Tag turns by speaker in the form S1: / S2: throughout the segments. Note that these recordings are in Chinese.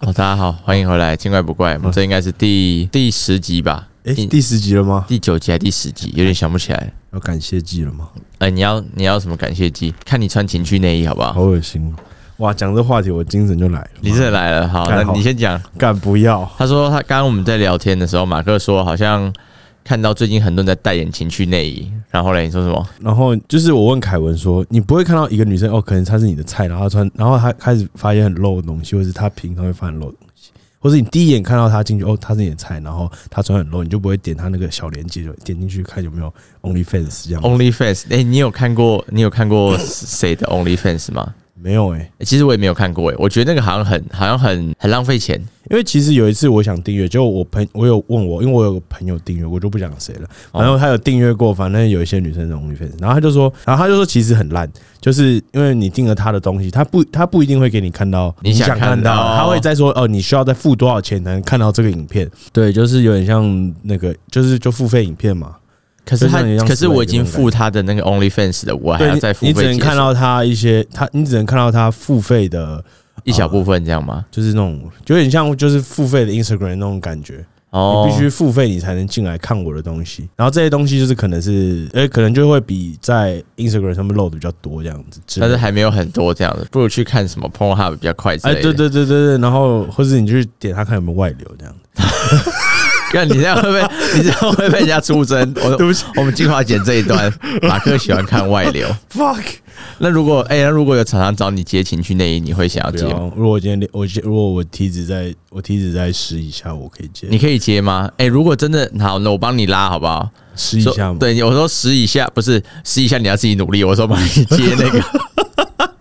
S1: 哦，大家好，欢迎回来，见怪不怪。我
S2: 嗯
S1: 们这应该是第第十集吧？
S2: 哎，
S1: 第
S2: 第十集了吗？
S1: 第九集还是第十
S2: 嗯
S1: 集？有点想不起来了。
S2: 要感谢季了吗？
S1: 哎、你要你要什么感谢祭？看你穿情趣内衣好不好？
S2: 好恶心哦！哇，讲这话题我精神就来了。
S1: 你这来了，好，那
S2: 哎太好了
S1: 你先讲。
S2: 敢不要？
S1: 他说他刚刚我们在聊天的时候，马克说好像看到最近很多人在代言情趣内衣，然后嘞，你说什么？
S2: 然后就是我问凯文说，你不会看到一个女生哦，可能她是你的菜，然后她穿，然后她开始发现很露的东西，或是她平常会发现露的东西，或是你第一眼看到她进去哦，她是你的菜，然后她穿很露，你就不会点她那个小链接，就点进去看有没有 OnlyFans 这样？
S1: OnlyFans，哎、你有看过你有看过谁的 OnlyFans 吗、
S2: 没有哎、
S1: 欸其实我也没有看过、欸，我觉得那个好像很好像很很浪费钱。
S2: 因为其实有一次我想订阅，结果我朋我有问我，因为我有个朋友订阅，我就不讲谁了。然后他有订阅过，反正有一些女生的 OnlyFans，然后他就说，然后他就说其实很烂，就是因为你订了他的东西，他不他不一定会给你看到
S1: 你想
S2: 想
S1: 看
S2: 到，
S1: 到
S2: 他会再说哦，你需要再付多少钱才能看到这个影片？对，就是有点像那个，就是就付费影片嘛。
S1: 可是
S2: 就
S1: 他
S2: 像你一，样
S1: 可是
S2: 四百
S1: 我已
S2: 一个
S1: 经
S2: 那种
S1: 付他的那个 OnlyFans 的，我还
S2: 对
S1: 要
S2: 你
S1: 再付
S2: 你
S1: 费
S2: 只能
S1: 解
S2: 看
S1: 锁
S2: 到他一些他，你只能看到他付费的，
S1: 一小部分这样吗？
S2: 就是那种有点像就是付费的 Instagram 那种感觉。
S1: 哦，
S2: 你必须付费，你才能进来看我的东西。然后这些东西就是可能是，呃，可能就会比在 Instagram 上面露的比较多这样子之类
S1: 但
S2: 的。
S1: 是还没有很多这样的，不如去看什么 Pornhub 比较快之类
S2: 哎，
S1: 的。
S2: 对，对对对对，然后或者你就去点它看有没有外流这样。
S1: 看你这样会 被，你这样会被人家出征。我
S2: 对不起
S1: 我们精华剪这一段，马克喜欢看外 流。
S2: Fuck！
S1: 那如果哎、那如果有厂商找你接情趣内衣，你会想要
S2: 不
S1: 接吗？
S2: 要如果我今天连我今如果我体脂在我体脂在十以下，我可以接
S1: 你可以接吗？哎、如果真的好，那我帮你拉好不好？
S2: 十以下
S1: 说
S2: 吗？
S1: 对，我说十以下不是十以下，你要自己努力。我说帮你接那个，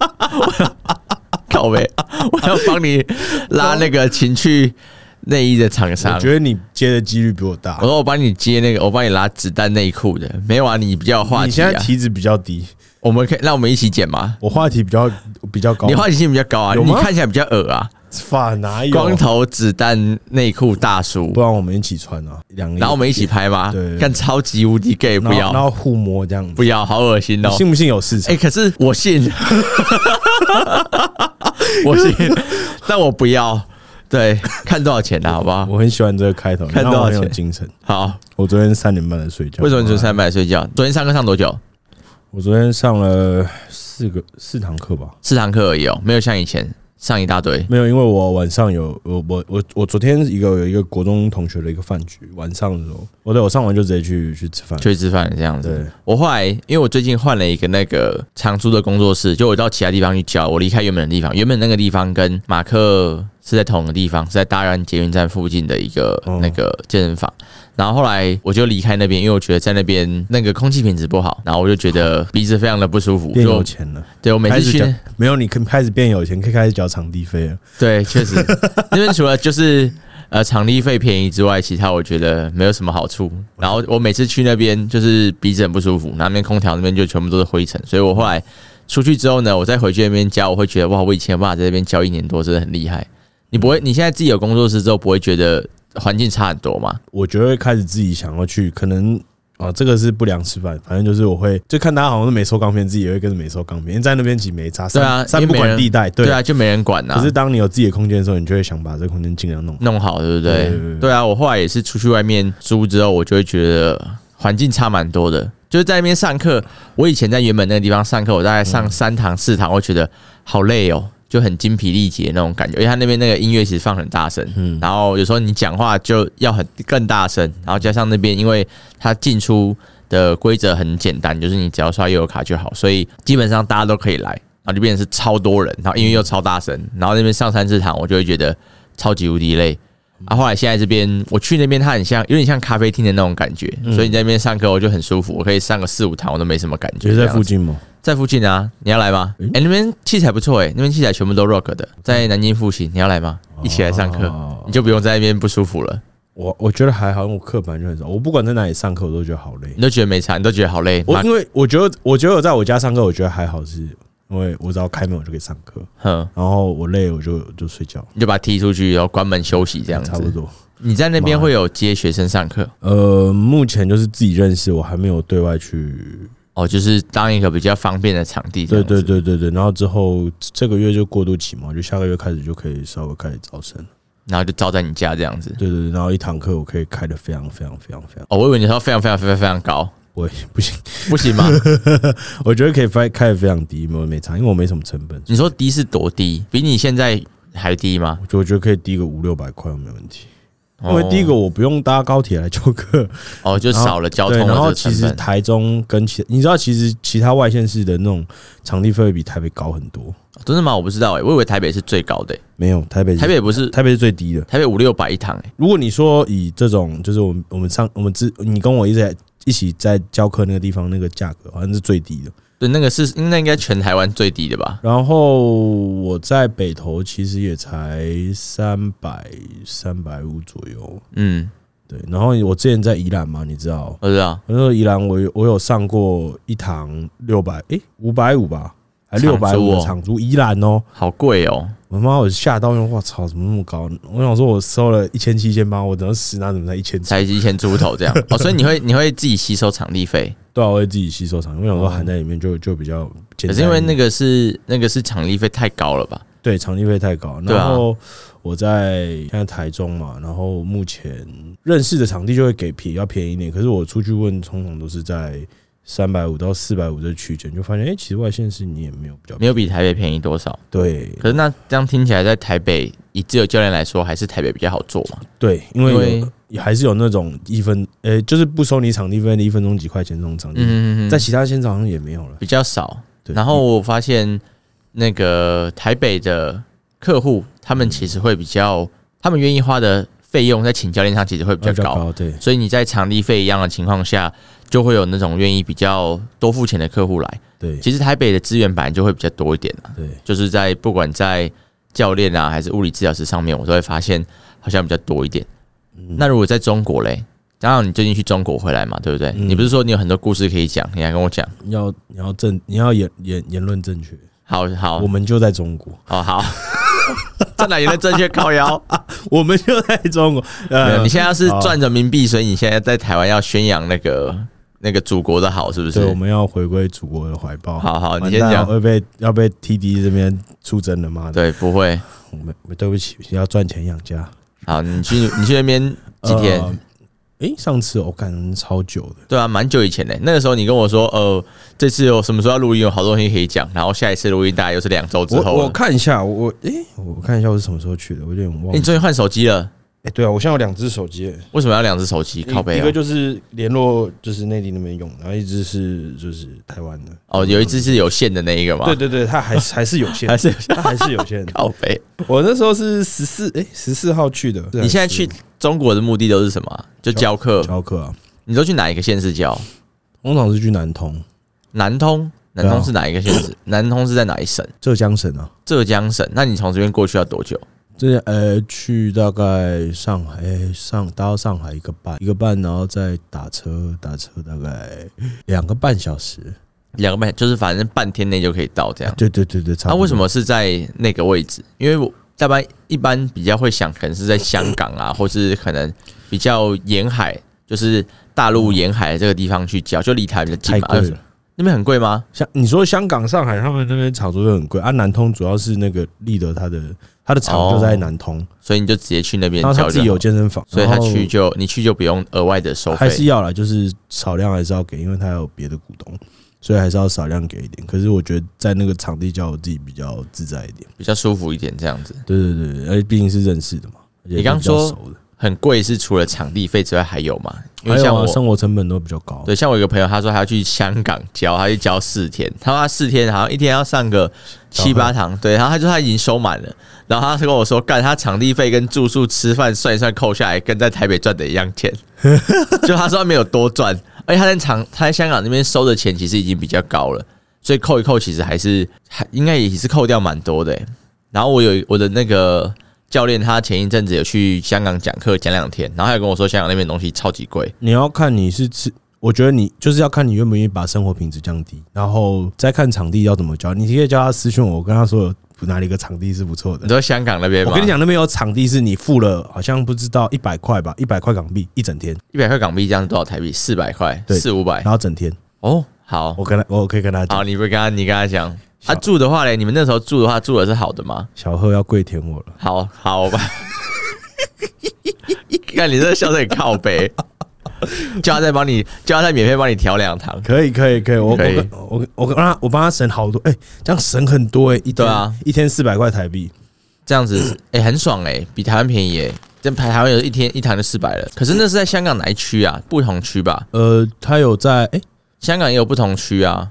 S1: 靠呗，我要帮你拉那个情趣内衣的厂商
S2: 我。觉得你接的几率比我大
S1: 我。说我帮你接那个，我帮你拉子弹内裤的。没有啊，你比较有话
S2: 你
S1: 题
S2: 现在
S1: 啊。
S2: 体脂比较低，
S1: 我们可以，那我们一起剪吗？
S2: 我话题比较比较高
S1: 你。话题性比较高啊，
S2: 哦有
S1: 你
S2: 吗
S1: 看起来比较恶啊，
S2: 发哪有？啊
S1: 光头子弹内裤大叔
S2: 不。然我们一起穿啊，两个。
S1: 然后我们一起拍吗
S2: 对对？对
S1: 干超级无敌 gay，不
S2: 然后然
S1: 要
S2: 后互摸这样子
S1: 不，要，好恶心哦！
S2: 信不信有市场
S1: 哎、？可是我信，我信，但我不要。对，看多少钱啊，好不好？
S2: 我很喜欢这个开头，
S1: 看
S2: 让我
S1: 多少
S2: 很有
S1: 钱
S2: 精神。
S1: 好，
S2: 我昨天三点半才睡觉。
S1: 为什么你昨天
S2: 我
S1: 三百睡觉？昨天上课上多久？
S2: 我昨天上了四个四堂课吧？
S1: 四堂课而已哦，没有像以前上一大堆。
S2: 没有，因为我晚上有我我我我昨天一个有一个国中同学的一个饭局，晚上的时候，我对我上完就直接去去吃饭。
S1: 去吃饭这样子
S2: 对。
S1: 我后来因为我最近换了一个那个常驻的工作室，就我到其他地方去教，我离开原本的地方，原本那个地方跟马克是在同一个地方，是在大安捷运站附近的一个
S2: 哦
S1: 那个健身房。然后后来我就离开那边，因为我觉得在那边那个空气品质不好，然后我就觉得鼻子非常的不舒服。
S2: 变有
S1: 就
S2: 钱了，
S1: 对我每
S2: 开
S1: 次
S2: 始
S1: 去
S2: 讲
S1: 那，
S2: 没有你可以开始变有钱，可以开始缴场地费啊了。
S1: 对，确实那边除了就是呃场地费便宜之外，其他我觉得没有什么好处。然后我每次去那边就是鼻子很不舒服，然后那边空调那边就全部都是灰尘，所以我后来出去之后呢，我再回去那边教，我会觉得哇，我以前有办法在这边教一年多，真的很厉害。你不会，你现在自己有工作室之后，不会觉得环境差很多吗？
S2: 我觉得会开始自己想要去，可能啊，这个是不良示范，反正就是我会就看大家好像是没收钢片，自己也会跟着没收钢片，因为在那边其实没差，
S1: 对啊，
S2: 三三
S1: 因为
S2: 不
S1: 没
S2: 管
S1: 人
S2: 地带，
S1: 对
S2: 对
S1: 啊，就没人管啊。嗯
S2: 可是当你有自己的空间的时候，你就会想把这个空间尽量弄好。
S1: 弄好，对不对？
S2: 对对对
S1: 对啊，我后来也是出去外面租之后，我就会觉得环境差蛮多的。就是在那边上课，我以前在原本那个地方上课，我大概上
S2: 嗯
S1: 三堂四堂，我会觉得好累哦，就很精疲力竭那种感觉。因为他那边那个音乐其实放很大声，嗯，然后有时候你讲话就要很更大声，然后加上那边因为它进出的规则很简单，就是你只要刷悠游卡就好，所以基本上大家都可以来，然后就变成是超多人，然后音乐又超大声，然后那边上三次堂，我就会觉得超级无敌累。啊，后来现在这边我去那边，它很像有点像咖啡厅的那种感觉，
S2: 嗯
S1: 所以你在那边上课我就很舒服，我可以上个四五堂我都没什么感觉。
S2: 就是在
S1: 这样
S2: 附
S1: 子
S2: 近吗？
S1: 在附近啊，你要来吗？哎、
S2: 诶
S1: 那边器材不错哎、那边器材全部都 rock 的，在南京复习，你要来吗？一起来上课，
S2: 哦
S1: 你就不用在那边不舒服了，
S2: 我我觉得还好，因为我课本来就很少。我不管在哪里上课，我都觉得好累。
S1: 你都觉得没差，你都觉得好累。
S2: 我
S1: 妈
S2: 因为我觉得，我觉得我在我家上课，我觉得还好是，因为我只要开门我就可以上课，
S1: 哼，
S2: 然后我累我就就睡觉，
S1: 你就把他踢出去，然后关门休息这样
S2: 差不
S1: 子。
S2: 多。
S1: 你在那边会有接学生上课
S2: 呃，目前就是自己认识，我还没有对外去。
S1: 哦，就是当一个比较方便的场地这
S2: 对
S1: 样子。
S2: 对对对对，然后之后这个月就过渡期嘛，我就下个月开始就可以稍微开始招生了。
S1: 然后就招在你家这样子。
S2: 对对对，然后一堂课我可以开的非常非常非常非常，
S1: 哦，我以为你说非常非常非常非常高，
S2: 我也不行，
S1: 不行 吗？
S2: 我觉得可以开开的非常低，我没差，因为我没什么成本，
S1: 你说低是多低？比你现在还低吗？
S2: 我觉得我觉得可以低个五六百块没问题，因
S1: 哦
S2: 为第一个我不用搭高铁来教 课，
S1: 哦，就
S2: 然后
S1: 少了交
S2: 对，
S1: 通
S2: 然
S1: 的
S2: 后
S1: 这
S2: 其
S1: 个成
S2: 实
S1: 本。
S2: 台中跟其你知道，其实其他外县市的那种场地费会比台北高很多。
S1: 真的吗？我不知道哎、我以为台北是最高的欸、
S2: 没有台北是，
S1: 台北不是
S2: 台北是最低的。
S1: 台北五六百一堂哎、
S2: 如果你说以这种就是我们我们上我们之你跟我一直在一起在教课那个地方那个价格好像是最低的。
S1: 对，那个是那应该全台湾最低的吧？
S2: 然后我在北投其实也才三百三百五左右，
S1: 嗯，
S2: 对。然后我之前在宜兰嘛，你知道，
S1: 我知道。
S2: 那时候宜兰我有我有上过一堂六百诶五百五吧，还六百
S1: 场租
S2: 五
S1: 哦
S2: 的场租宜兰哦。
S1: 好贵哦！
S2: 我妈，我吓到用，我操，怎么那么高？我想说，我收了一千七、一千八，我等到十拿怎么才一千？
S1: 才一千出头这 样哦，所以你会你会自己吸收场地费，
S2: 对啊，我会自己吸收场，因为我想说含在里面就就比较
S1: 哦
S2: 简单。
S1: 可是因为那
S2: 个
S1: 个是那个是场地费太高了吧？
S2: 对场地费太高，
S1: 对啊
S2: 然后我在现在台中嘛，然后目前认识的场地就会给便要便宜一点，可是我出去问，通常都是在三百五到四百五这区间，就发现哎、诶其实外县市你也没有比较
S1: 没有比台北便宜多少。
S2: 对
S1: 可是那这样听起来，在台北以自由教练来说，还是台北比较好做嘛？
S2: 对，因为
S1: 因为
S2: 有也还是有那种一分呃、就是不收你场地费的一分钟几块钱这种场
S1: 嗯
S2: 地，
S1: 嗯嗯，
S2: 在其他县市好像也没有了。
S1: 比较少。
S2: 对
S1: 然后我发现那个台北的客户，他们其实会比较，他们愿意花的费用在请教练上其实会比较高，，
S2: 对
S1: 所以你在场地费一样的情况下，就会有那种愿意比较多付钱的客户来。
S2: 对
S1: 其实台北的资源本来就会比较多一点啊，
S2: 对，
S1: 就是在不管在教练啊还是物理治疗师上面，我都会发现好像比较多一点。
S2: 嗯
S1: 那如果在中国嘞，然后你最近去中国回来嘛，对不对？
S2: 嗯
S1: 你不是说你有很多故事可以讲，你来跟我讲。
S2: 要你要正你要言言言论正确，
S1: 好好
S2: 我们就在中国，
S1: 哦好， 在哪里的正确靠腰？
S2: 我们就在中国。
S1: 没有
S2: 呃
S1: 你，现在是赚人民币，所以你现在在台湾要宣扬那个那个祖国的好，是不
S2: 对，我
S1: 是？
S2: 们要回归祖国的怀抱。
S1: 好好
S2: 完蛋
S1: 你先讲
S2: 会被要被 TD 这边出征了吗？，
S1: 对，不会。
S2: 我们对不起，要赚钱养家。
S1: 好，你去你去那边几天？
S2: 呃？诶，上次我看超久的，
S1: 对啊，蛮久以前嘞、那个时候你跟我说，呃，这次有什么时候要录音，有好多东西可以讲，然后下一次录音大概又是两周之
S2: 我
S1: 后
S2: 我
S1: 了。
S2: 看一下，我我诶，我看一下我是什么时候去的，我有点忘
S1: 欸你
S2: 了。
S1: 终于换手机了，
S2: 诶，对啊，我现在有两只手机了。
S1: 为什么要两只手机？靠背
S2: 一
S1: 啊、
S2: 个就是联络就是内地那边用，然后一只是就是台湾的。
S1: 哦，有一只是有线的那一个嘛，
S2: 对，对对，它还是还是有限
S1: 还，是
S2: 它还是有限。
S1: 靠背。
S2: 我那时候是十四哎十四号去的，
S1: 你现在去中国的目的都是什么啊、就教课。
S2: 教课啊？
S1: 你都去哪一个县市教？
S2: 通常是去南通，
S1: 南通，南通是哪一个县
S2: 啊
S1: 市？南通是在哪一省？
S2: 浙江省啊，
S1: 浙江省。那你从这边过去要多久？
S2: 这呃去大概上海诶上搭到上海一个半一个半，然后再打车打车大概两个半小时。
S1: 两个半，就是反正半天内就可以到这样。
S2: 对对对对，差
S1: 那、
S2: 不多
S1: 为什？么是在那个位置？因为我大般一般比较会想，可能是在香港啊，或是可能比较沿海，就是大陆沿海这个地方去教，就离台比较近
S2: 太
S1: 嘛。
S2: 贵
S1: 啊
S2: 了。
S1: 那边很贵吗？
S2: 像你说香港、上海他们那边场租都很贵啊，南通主要是那个立德他的他的厂就在南通，
S1: 所以你就直接去那边
S2: 然后
S1: 教
S2: 他自己
S1: 就
S2: 有
S1: 好，
S2: 健身房，
S1: 所以他
S2: 然后
S1: 去就你去就不用额外的收
S2: 还
S1: 费。
S2: 是要啦，就是少量还是要给，因为他有别的股东，所以还是要少量给一点。可是我觉得在那个场地教我自己比较自在一点，
S1: 比较舒服一点，这样子
S2: 对对对，对而且毕竟是认识的嘛，而且
S1: 你刚
S2: 比较
S1: 说
S2: 熟的，
S1: 很贵是除了场地费之外还有吗？因为
S2: 还有
S1: 像我
S2: 啊生活成本都比较高，
S1: 对，像我有个朋友，他说他要去香港教，他去教四天，他说他四天好像一天要上个七
S2: 哦
S1: 八堂，对，然后他就他已经收满了，然后他就跟我说，干他场地费跟住宿吃饭算一算扣下来，跟在台北赚的一样 钱，就他说他没有多赚，而且他在场他在香港那边收的钱其实已经比较高了，所以扣一扣其实还是还应该也是扣掉蛮多的欸、然后我有我的那个教练，他前一阵子有去香港讲课讲两天，然后他有跟我说香港那边东西超级贵，
S2: 你要看你是吃。我觉得你就是要看你愿不愿意把生活品质降低，然后再看场地要怎么教。你可以叫他私讯我，我跟他说有哪里一个场地是不错的
S1: 你。说香港那边吗？
S2: 我跟你讲，那边有场地是你付了，好像不知道一百块吧，一百块港币一整天，
S1: 一百块港币这样多少台币？四百块，
S2: 对
S1: 四五百
S2: 然。后整天。
S1: 哦，好，
S2: 我跟他，我可以跟他讲啊
S1: 好，，你不跟他，你跟他讲。他、
S2: 小
S1: 住的话嘞，你们那时候住的话，住的是好的吗？
S2: 小贺要跪舔我了。
S1: 好好吧， 看你这个笑得很靠北，叫他再帮你，叫他再免费帮你调两堂。
S2: 可以可以可以，我
S1: 可以
S2: 我我我我让他我帮他省好多，哎、这样省很多哎、一
S1: 对
S2: 天、
S1: 啊
S2: 一天四百块台币，
S1: 这样子，哎、很爽哎、比台湾便宜哎、这排台湾有一天一堂就四百了。可是那是在香港哪一区啊？不同区吧？
S2: 呃，他有在哎、
S1: 香港也有不同区啊。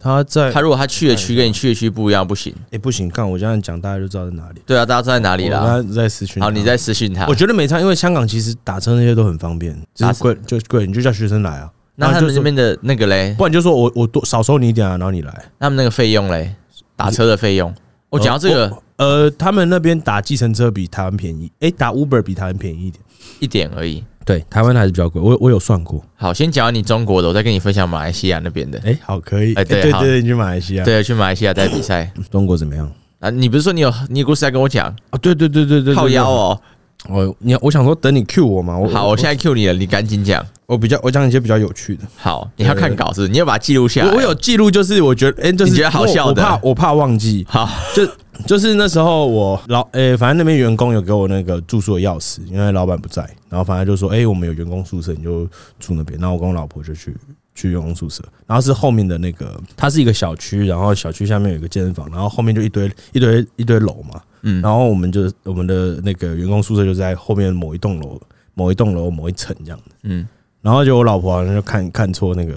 S2: 他在
S1: 他
S2: 哎、
S1: 如果他去的区跟你去的区不一样，不行。
S2: 不行，看我这样讲大家就知道在哪里，
S1: 对啊，大家知道在哪
S2: 哪
S1: 里啦？哦
S2: 他在私讯，
S1: 好，你在。私讯他
S2: 我。觉得没差，因为香港其实打车那些都很方便，只
S1: 打
S2: 是
S1: 车
S2: 贵就贵，你就叫学生来啊。
S1: 那他
S2: 然后
S1: 们
S2: 就
S1: 那
S2: 说，
S1: 边的那个嘞，
S2: 不然就说我我多少收你一点啊，然后你来。
S1: 他们那个费用嘞，打车的费用。我哦讲到这个
S2: 呃，他们那边打计程车比台湾便宜，哎、打 Uber 比台湾便宜一点。
S1: 一点而已。
S2: 对，台湾还是比较贵，我我有算过。
S1: 好，先讲完你中国的，我再跟你分享马来西亚那边的。
S2: 哎、好，可以。
S1: 哎
S2: 哎、
S1: 对
S2: 对对
S1: 好
S2: 对，你去马来西亚，
S1: 对，去马来西亚带比 赛
S2: 中国怎么样？
S1: 啊！你不是说你有你有故事要跟我讲？
S2: 啊，对对对对对，
S1: 靠
S2: 对
S1: 腰！哦。
S2: 我你我想说等你 Q 我嘛，我
S1: 好，我现在 Q 你了，你赶紧讲。
S2: 我比较我讲一些比较有趣的。
S1: 好，你要看稿子，你要把它记录下来。
S2: 我我有记录，就是我觉得哎、就是
S1: 你觉得好笑的
S2: 我怕我怕忘记，
S1: 好，
S2: 就就是那时候我老诶、反正那边员工有给我那个住宿的钥匙，因为老板不在，然后反正就说诶、我们有员工宿舍，你就住那边。然后我跟我老婆就去去员工宿舍，然后是后面的那个，它是一个小区，然后小区下面有一个健身房，然后后面就一堆一堆一堆楼嘛，
S1: 嗯
S2: 嗯，然后我们就我们的那个员工宿舍就在后面某一栋楼某一栋楼某一层这样子，
S1: 嗯
S2: 嗯，然后就我老婆好像就看看错那个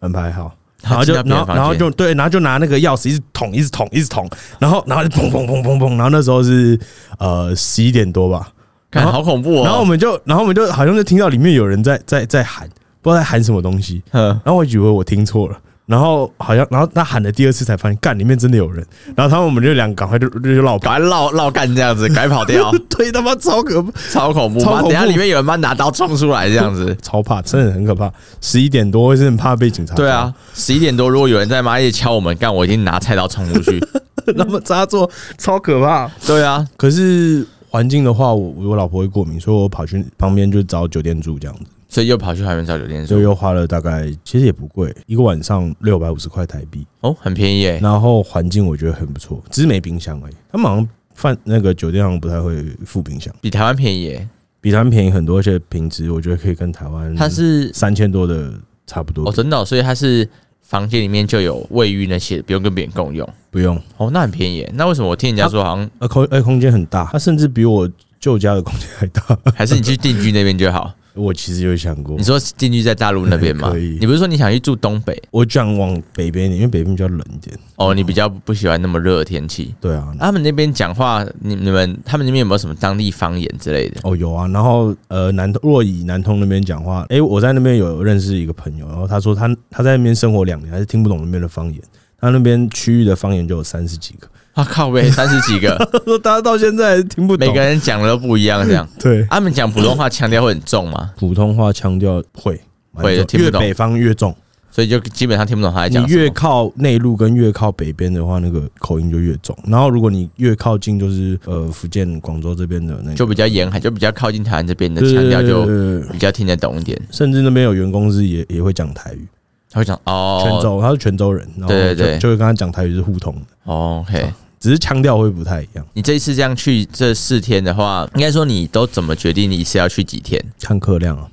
S2: 门牌号。 然后就
S1: 他进
S2: 然
S1: 到别人
S2: 后
S1: 房间
S2: 然后就对，然后就拿那个钥匙一直捅，一直捅，一直捅，然后然后就砰砰砰砰砰，然后那时候是呃十一点多吧，
S1: 看
S2: 然后
S1: 好恐怖哦。
S2: 然后我们就然后我们就好像就听到里面有人在在在喊，不知道在喊什么东西，
S1: 嗯
S2: 然后我以为我听错了。然后好像，然后他喊了第二次才发现，干里面真的有人。然后他们我们就两个赶快就就就绕跑，
S1: 赶快绕绕干这样子，赶快跑掉，
S2: 对他妈超可怕，
S1: 超恐怖！
S2: 超
S1: 妈等
S2: 恐怖。
S1: 一下里面有人妈拿刀冲出来这样子
S2: 超怕，真的很可怕。十一点多，我是很怕被警察。
S1: 对 啊，十一点多如果有人在妈夜敲我们，干我已经拿菜刀冲出去。
S2: 抓，那么扎做超可怕。
S1: 对啊，
S2: 可是环境的话，我我老婆会过敏，所以我跑去旁边就找酒店住这样子，
S1: 所以又跑去海边找酒店
S2: 所以
S1: 住，
S2: 又花了大概其实也不贵，一个晚上六百五十块台币。
S1: 哦，很便宜耶。
S2: 然后环境我觉得很不错，只是没冰箱而已。他们好像饭那个酒店好像不太会附冰箱，
S1: 比台湾便宜耶。
S2: 比他们便宜很多，而且品质我觉得可以跟台湾
S1: 它是
S2: 三千多的差不多，
S1: 哦，真的哦、所以它是房间里面就有卫浴那些，不用跟别人共用。
S2: 不用。
S1: 哦，那很便宜耶。那为什么我听人家说好像
S2: 呃空呃空间很大，它甚至比我旧家的空间还大。
S1: 还是你去定居那边就好？
S2: 我其实有想过
S1: 你，说定居在大陆那边吗？
S2: 嗯可以
S1: 你不是说你想去住东北？
S2: 我想往北边一点，因为北边比较冷一点。
S1: 哦，你比较不喜欢那么热的天气。
S2: 对啊，
S1: 他们那边讲话，你你们他们那边有没有什么当地方言之类的？
S2: 哦，有啊，然后呃，南通若以南通那边讲话，诶，我在那边有认识一个朋友，然后他说他他在那边生活两年，还是听不懂那边的方言，他那边区域的方言就有三十几个，
S1: 啊靠呗，三十几个，
S2: 他说他到现在还是听不懂，
S1: 每个人讲的都不一样，这样。
S2: 对
S1: 他们讲普通话腔调会很重嘛，
S2: 普通话腔调会蛮
S1: 会
S2: 重
S1: 听不
S2: 越
S1: 懂
S2: 北方越重，
S1: 所以就基本上听不懂他在
S2: 你
S1: 讲什
S2: 越
S1: 么。
S2: 靠内陆跟越靠北边的话，那个口音就越重，然后如果你越靠近就是呃福建、广州这边的那个
S1: 就比较沿海，就比较靠近台湾这边的
S2: 对
S1: 腔调
S2: 对对
S1: 就
S2: 对对对
S1: 比较听得懂一点。
S2: 甚至那边有员工是也也会讲台语，
S1: 他会讲
S2: 泉
S1: 哦
S2: 州他是泉州人，然后
S1: 对对
S2: 就
S1: 对
S2: 就会跟他讲台语是互通的。
S1: 哦，OK。
S2: 只是腔调会不太一样。
S1: 你这一次这样去这四天的话，应该说你都怎么决定你一次要去几天？
S2: 看客量啊，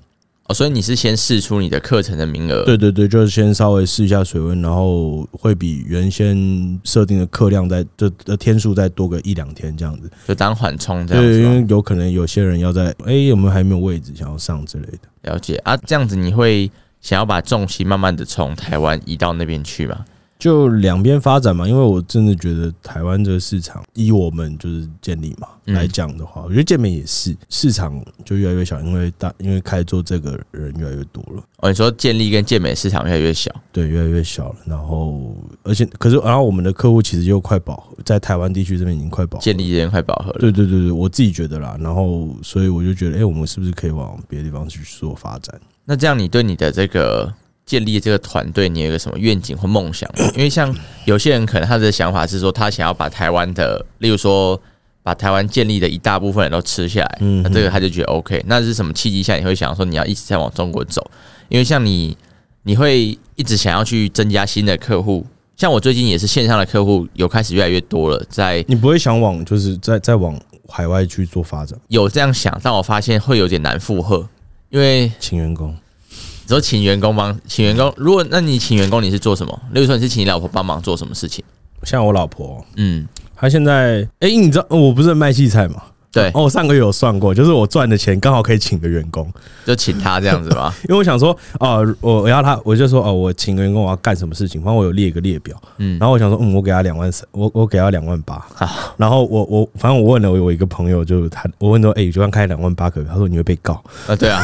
S1: 哦，所以你是先试出你的课程的名额，
S2: 对对对，就是先稍微试一下水温，然后会比原先设定的客量再这的天数再多个一两天这样子。
S1: 就当缓冲这样
S2: 对，
S1: 子啊
S2: 因
S1: 吗。
S2: 为有可能有些人要在哎、我们还没有位置想要上之类的。
S1: 了解啊，这样子你会想要把重心慢慢的从台湾移到那边去吗？
S2: 就两边发展嘛，因为我真的觉得台湾这个市场，以我们就是建立嘛
S1: 嗯
S2: 来讲的话，我觉得健美也是市场就越来越小，因为大因为开始做这个人越来越多了。
S1: 哦，你说建立跟健美市场越来越小，
S2: 对，越来越小了。然后，而且，可是，然后我们的客户其实又快饱和，在台湾地区这边已经快饱和。
S1: 建立人快饱和了。
S2: 对对对对，我自己觉得啦。然后，所以我就觉得，哎、我们是不是可以往别的地方去做发展？
S1: 那这样你对你的这个建立这个团队，你有一个什么愿景或梦想吗？因为像有些人可能他的想法是说，他想要把台湾的，例如说把台湾建立的一大部分人都吃下来，
S2: 嗯
S1: 那这个他就觉得 OK。那是什么契机下你会想说你要一直在往中国走？因为像你，你会一直想要去增加新的客户。像我最近也是线上的客户有开始越来越多了，在
S2: 你不会想往就是再再往海外去做发展，
S1: 有这样想，但我发现会有点难负荷，因为
S2: 请员工。
S1: 你说请员工帮，请员工，如果那你请员工你是做什么？例如说你是请你老婆帮忙做什么事情？
S2: 像我老婆，
S1: 嗯，
S2: 她现在，哎、你知道我不是卖器材吗？
S1: 对，
S2: 哦，我上个月有算过，就是我赚的钱刚好可以请个员工，
S1: 就请他这样子 吧。
S2: 因为我想说，哦、我我要他，我就说，哦，我请个员工，我要干什么事情？反正我有列一个列表，
S1: 嗯
S2: 然后我想说，嗯，我给他两万三，我我给他两万八
S1: 好，
S2: 然后我我反正我问了我我一个朋友，就是他，我问说，哎、你就算开两万八可不可以，他说你会被告，
S1: 啊，对啊，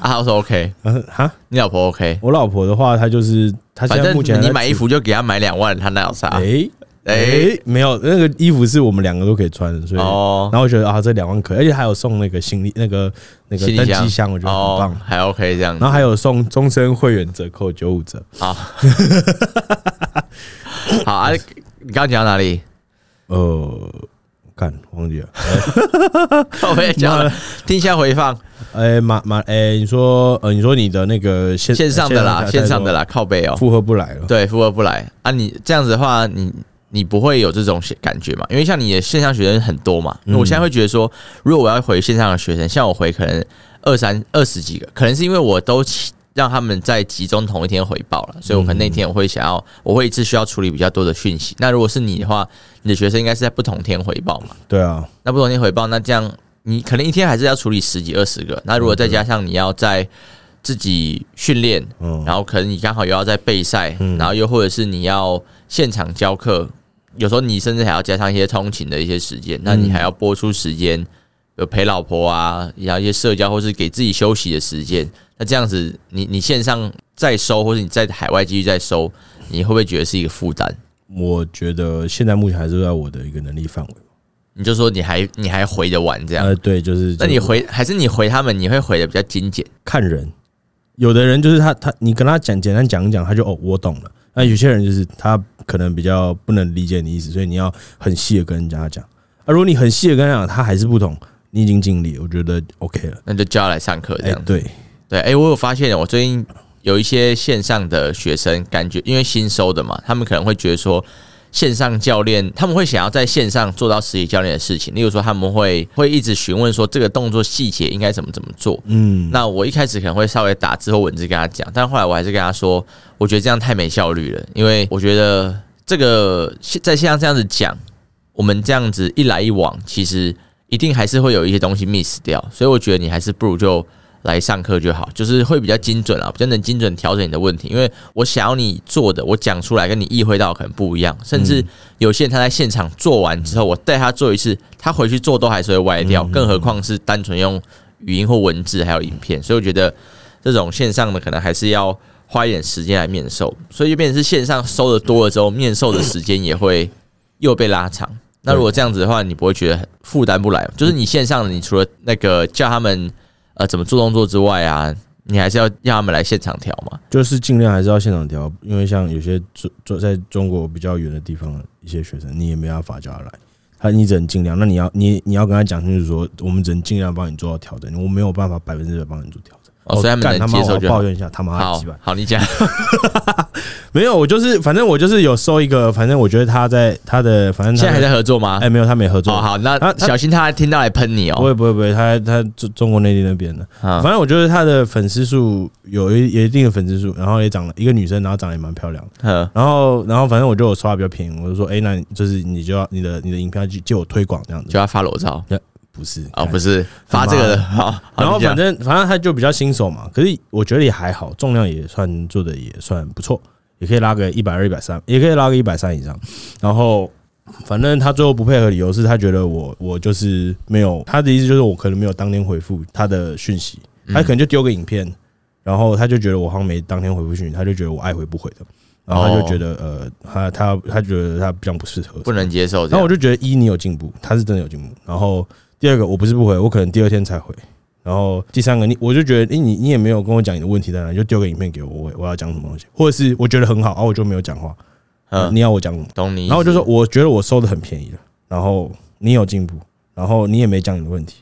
S1: 啊，我说 OK，
S2: 他说哈，
S1: 你老婆 OK，
S2: 我老婆的话，她就是她现
S1: 反
S2: 在
S1: 正
S2: 目前还在
S1: 你买衣
S2: 处，
S1: 服就给他买两万，他哪有啥
S2: 哎、？哎、
S1: 哎，
S2: 没有那个衣服是我们两个都可以穿的，所以。
S1: 哦
S2: 然，后我觉得啊，这两万可以，而且还有送那个行李、那个那个
S1: 行
S2: 登
S1: 李
S2: 机
S1: 箱
S2: 箱，我觉得很棒
S1: 哦。，还 OK 这样子
S2: 然后。还有送终身会员折扣九五折。
S1: 好， 好啊，你刚刚讲到哪里？
S2: 呃，干忘记了。
S1: 我也讲了，听一下回放，
S2: 哎，马马哎，你说呃，你说你的那个线
S1: 线上的啦，线上的，啦，靠背哦、
S2: 负荷不来了。
S1: 对，负荷不来啊你！这样子的话，你你不会有这种感觉嘛？因为像你的线上学生很多嘛，我现在会觉得说，如果我要回线上的学生，像我回可能二三二十几个，可能是因为我都起让他们在集中同一天回报了，所以我可能那天我会想要，我会一次需要处理比较多的讯息。那如果是你的话，你的学生应该是在不同天回报嘛？
S2: 对啊，
S1: 那不同天回报，那这样你可能一天还是要处理十几二十个。那如果再加上你要在自己训练，
S2: 嗯，
S1: 然后可能你刚好又要在备赛，
S2: 嗯
S1: 然后又或者是你要现场教课，有时候你甚至还要加上一些通勤的一些时
S2: 嗯
S1: 间，那你还要播出时间，有陪老婆啊，然后一些社交或是给自己休息的时间。那这样子，你你线上再收，或者你在海外继续再收，你会不会觉得是一个负担？
S2: 我觉得现在目前还是在我的一个能力范围。
S1: 你就说你还你还回得完这样？
S2: 呃，对，就是
S1: 那你
S2: 就是
S1: 回还是你回他们，你会回的比较精简。
S2: 看人，有的人就是他他你跟他讲简单讲一讲，他就哦我懂了。那有些人就是他可能比较不能理解你意思，所以你要很细的跟人家讲。啊，如果你很细的跟他讲，他还是不懂，你已经尽力了，我觉得 OK 了。
S1: 那就叫他来上课这
S2: 哎、
S1: 样。
S2: 对，
S1: 对，哎、我有发现，我最近有一些线上的学生，感觉因为新收的嘛，他们可能会觉得说，线上教练他们会想要在线上做到实体教练的事情，例如说他们会会一直询问说这个动作细节应该怎么怎么做。
S2: 嗯，
S1: 那我一开始可能会稍微打字或文字跟他讲，但后来我还是跟他说，我觉得这样太没效率了，因为我觉得这个在线上这样子讲，我们这样子一来一往，其实一定还是会有一些东西 miss 掉，所以我觉得你还是不如就来上课就好，就是会比较精准啊，比较能精准调整你的问题，因为我想要你做的，我讲出来跟你意会到可能不一样，甚至有些人他在现场做完之后，我带他做一次，他回去做都还是会歪掉，更何况是单纯用语音或文字还有影片，所以我觉得这种线上的可能还是要花一点时间来面授，所以就变成是线上收的多了之后，面授的时间也会又被拉长。那如果这样子的话，你不会觉得负担不来吗？就是你线上的，你除了那个叫他们呃怎么做动作之外啊，你还是要让他们来现场调嘛。
S2: 就是尽量还是要现场调，因为像有些中中在中国比较远的地方的一些学生，你也没办法叫他来，他你只能尽量。那你要你你要跟他讲清楚说，我们只能尽量帮你做到调整，我没有办法百分之百帮你做调整。
S1: 哦所以他们
S2: 干
S1: 能
S2: 他妈
S1: 接受
S2: 我
S1: 就好
S2: 抱怨一下，他妈
S1: 好
S2: 几百
S1: 好，你 讲
S2: 没有，我就是反正我就是有收一个，反正我觉得他在他的反正他
S1: 现在还在合作 吗
S2: 哎、？没有他没合作，
S1: 哦，好，那
S2: 他他
S1: 小心他听到来喷你
S2: 不
S1: 哦。
S2: 会不会不会，他他中中国内地那边的，
S1: 啊
S2: 反，正我觉得他的粉丝数有一有一定的粉丝数，然后也长了一个女生，然后长得也蛮漂亮的。
S1: 呵
S2: 然后，然后反正我就有刷比较便宜，我就说，哎、那你就是你就要你的你的影片要借借我推广这样子，
S1: 就要发裸照
S2: 不是
S1: 哦，不是发这个的。好，好
S2: 然后
S1: 你讲
S2: 反正反正他就比较新手嘛，可是我觉得也还好，重量也算做的也算不错，也可以拉个一百二、一百三，也可以拉个一百三以上。然后反正他最后不配合的理由是他觉得我我就是没有他的意思就是我可能没有当天回复他的讯息，他可能就丢个影片，然后他就觉得我好像没当天回复讯息，他就觉得我爱回不回的，然后他就觉得呃他他他觉得他这样不适合，
S1: 不能接受这
S2: 然后
S1: 样。
S2: 我就觉得一你有进步，他是真的有进步。然后第二个我不是不回，我可能第二天才回。然后第三个你我就觉得，诶，你你也没有跟我讲你的问题在哪，你就丢个影片给我，我我要讲什么东西，或者是我觉得很好，啊我就没有讲话，
S1: 嗯，
S2: 你要我讲什么？
S1: 懂你。
S2: 然后我就说，，我觉得我收的很便宜了，然后你有进步，然后你也没讲你的问题，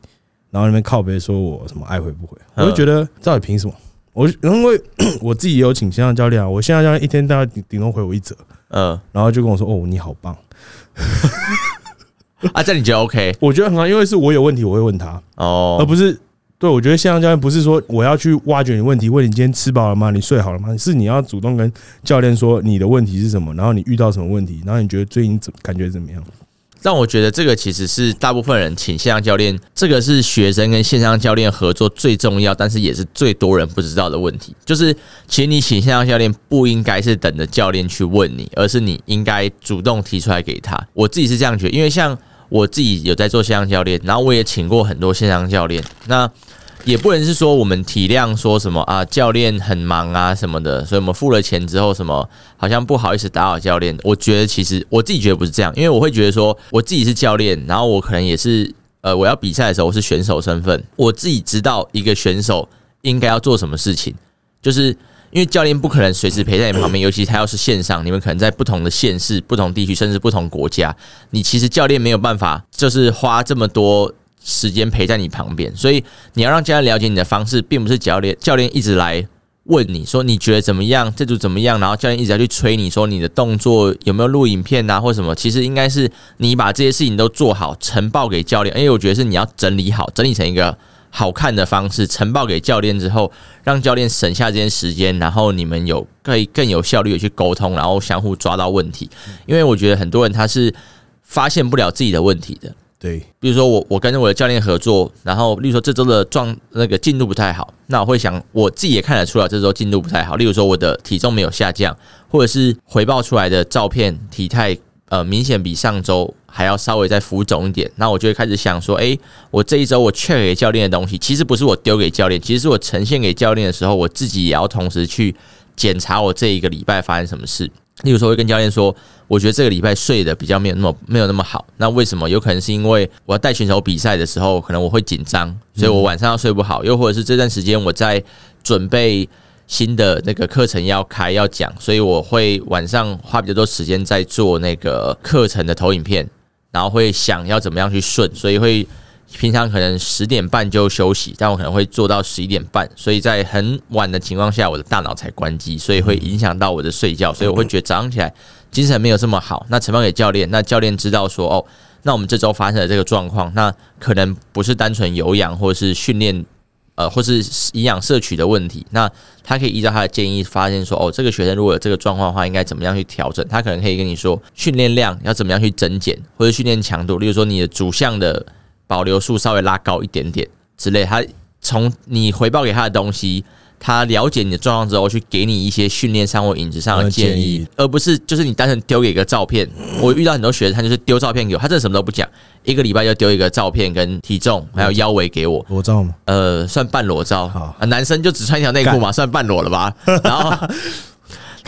S2: 然后那边靠背说我什么爱回不回，我
S1: 嗯
S2: 就觉得到底凭什么？我就因为我自己也有请线上教练啊，我线上教练一天大概顶顶多回我一折，
S1: 嗯，
S2: 然后就跟我说：“哦，你好棒。”
S1: 啊，这样你觉得 OK
S2: 我觉得很好，因为是我有问题我会问他，而
S1: 哦？
S2: 不是对我觉得线上教练不是说我要去挖掘你问题，问你今天吃饱了吗？你睡好了吗？是你要主动跟教练说你的问题是什么，然后你遇到什么问题，然后你觉得最近怎感觉怎么样？
S1: 让我觉得这个其实是大部分人请线上教练，这个是学生跟线上教练合作最重要，但是也是最多人不知道的问题。就是，其实你请线上教练不应该是等着教练去问你，而是你应该主动提出来给他。我自己是这样觉得，因为像我自己有在做线上教练，然后我也请过很多线上教练，那。也不能是说我们体谅说什么啊，教练很忙啊什么的，所以我们付了钱之后，什么好像不好意思打扰教练。我觉得其实我自己觉得不是这样，因为我会觉得说我自己是教练，然后我可能也是呃，我要比赛的时候我是选手身份，我自己知道一个选手应该要做什么事情，就是因为教练不可能随时陪在你旁边，尤其他要是线上，你们可能在不同的县市、不同地区，甚至不同国家，你其实教练没有办法，就是花这么多时间陪在你旁边，所以你要让教练了解你的方式，并不是教练教练一直来问你说你觉得怎么样，这组怎么样，然后教练一直在去催你说你的动作有没有录影片啊或什么，其实应该是你把这些事情都做好，呈报给教练，因为我觉得是你要整理好，整理成一个。好看的方式呈报给教练之后，让教练省下这些时间，然后你们有可以更有效率的去沟通，然后相互抓到问题。因为我觉得很多人他是发现不了自己的问题的，
S2: 对，
S1: 比如说我我跟我的教练合作，然后例如说这周的状那个进度不太好，那我会想我自己也看得出来这周进度不太好。例如说我的体重没有下降，或者是回报出来的照片体态呃明显比上周还要稍微再浮肿一点，那我就会开始想说，诶、我这一周我 check 给教练的东西，其实不是我丢给教练，其实是我呈现给教练的时候，我自己也要同时去检查我这一个礼拜发生什么事。例如说，会跟教练说，我觉得这个礼拜睡得比较没有那么没有那么好。那为什么？有可能是因为我要带选手比赛的时候，可能我会紧张，所以我晚上要睡不好。又或者是这段时间我在准备新的那个课程要开要讲，所以我会晚上花比较多时间在做那个课程的投影片，然后会想要怎么样去顺，所以会平常可能十点半就休息，但我可能会做到十一点半，所以在很晚的情况下，我的大脑才关机，所以会影响到我的睡觉，所以我会觉得早上起来精神没有这么好。那呈报给教练，那教练知道说，哦，那我们这周发生了这个状况，那可能不是单纯有氧或是训练。呃，或是营养摄取的问题，那他可以依照他的建议发现说，哦，这个学生如果有这个状况的话，应该怎么样去调整？他可能可以跟你说，训练量要怎么样去增减，或者训练强度，例如说你的主项的保留数稍微拉高一点点之类。他从你回报给他的东西，他了解你的状况之后，去给你一些训练上或饮食上的
S2: 呃
S1: 建
S2: 建
S1: 议，
S2: 议
S1: 而不是就是你单纯丢给一个照片。我遇到很多学生，他就是丢照片给我，他真的什么都不讲，一个礼拜就丢一个照片跟体重还有腰围给我，
S2: 裸照吗？
S1: 呃，算半裸照
S2: 好，
S1: 啊男生就只穿一条内裤嘛，算半裸了吧？然后他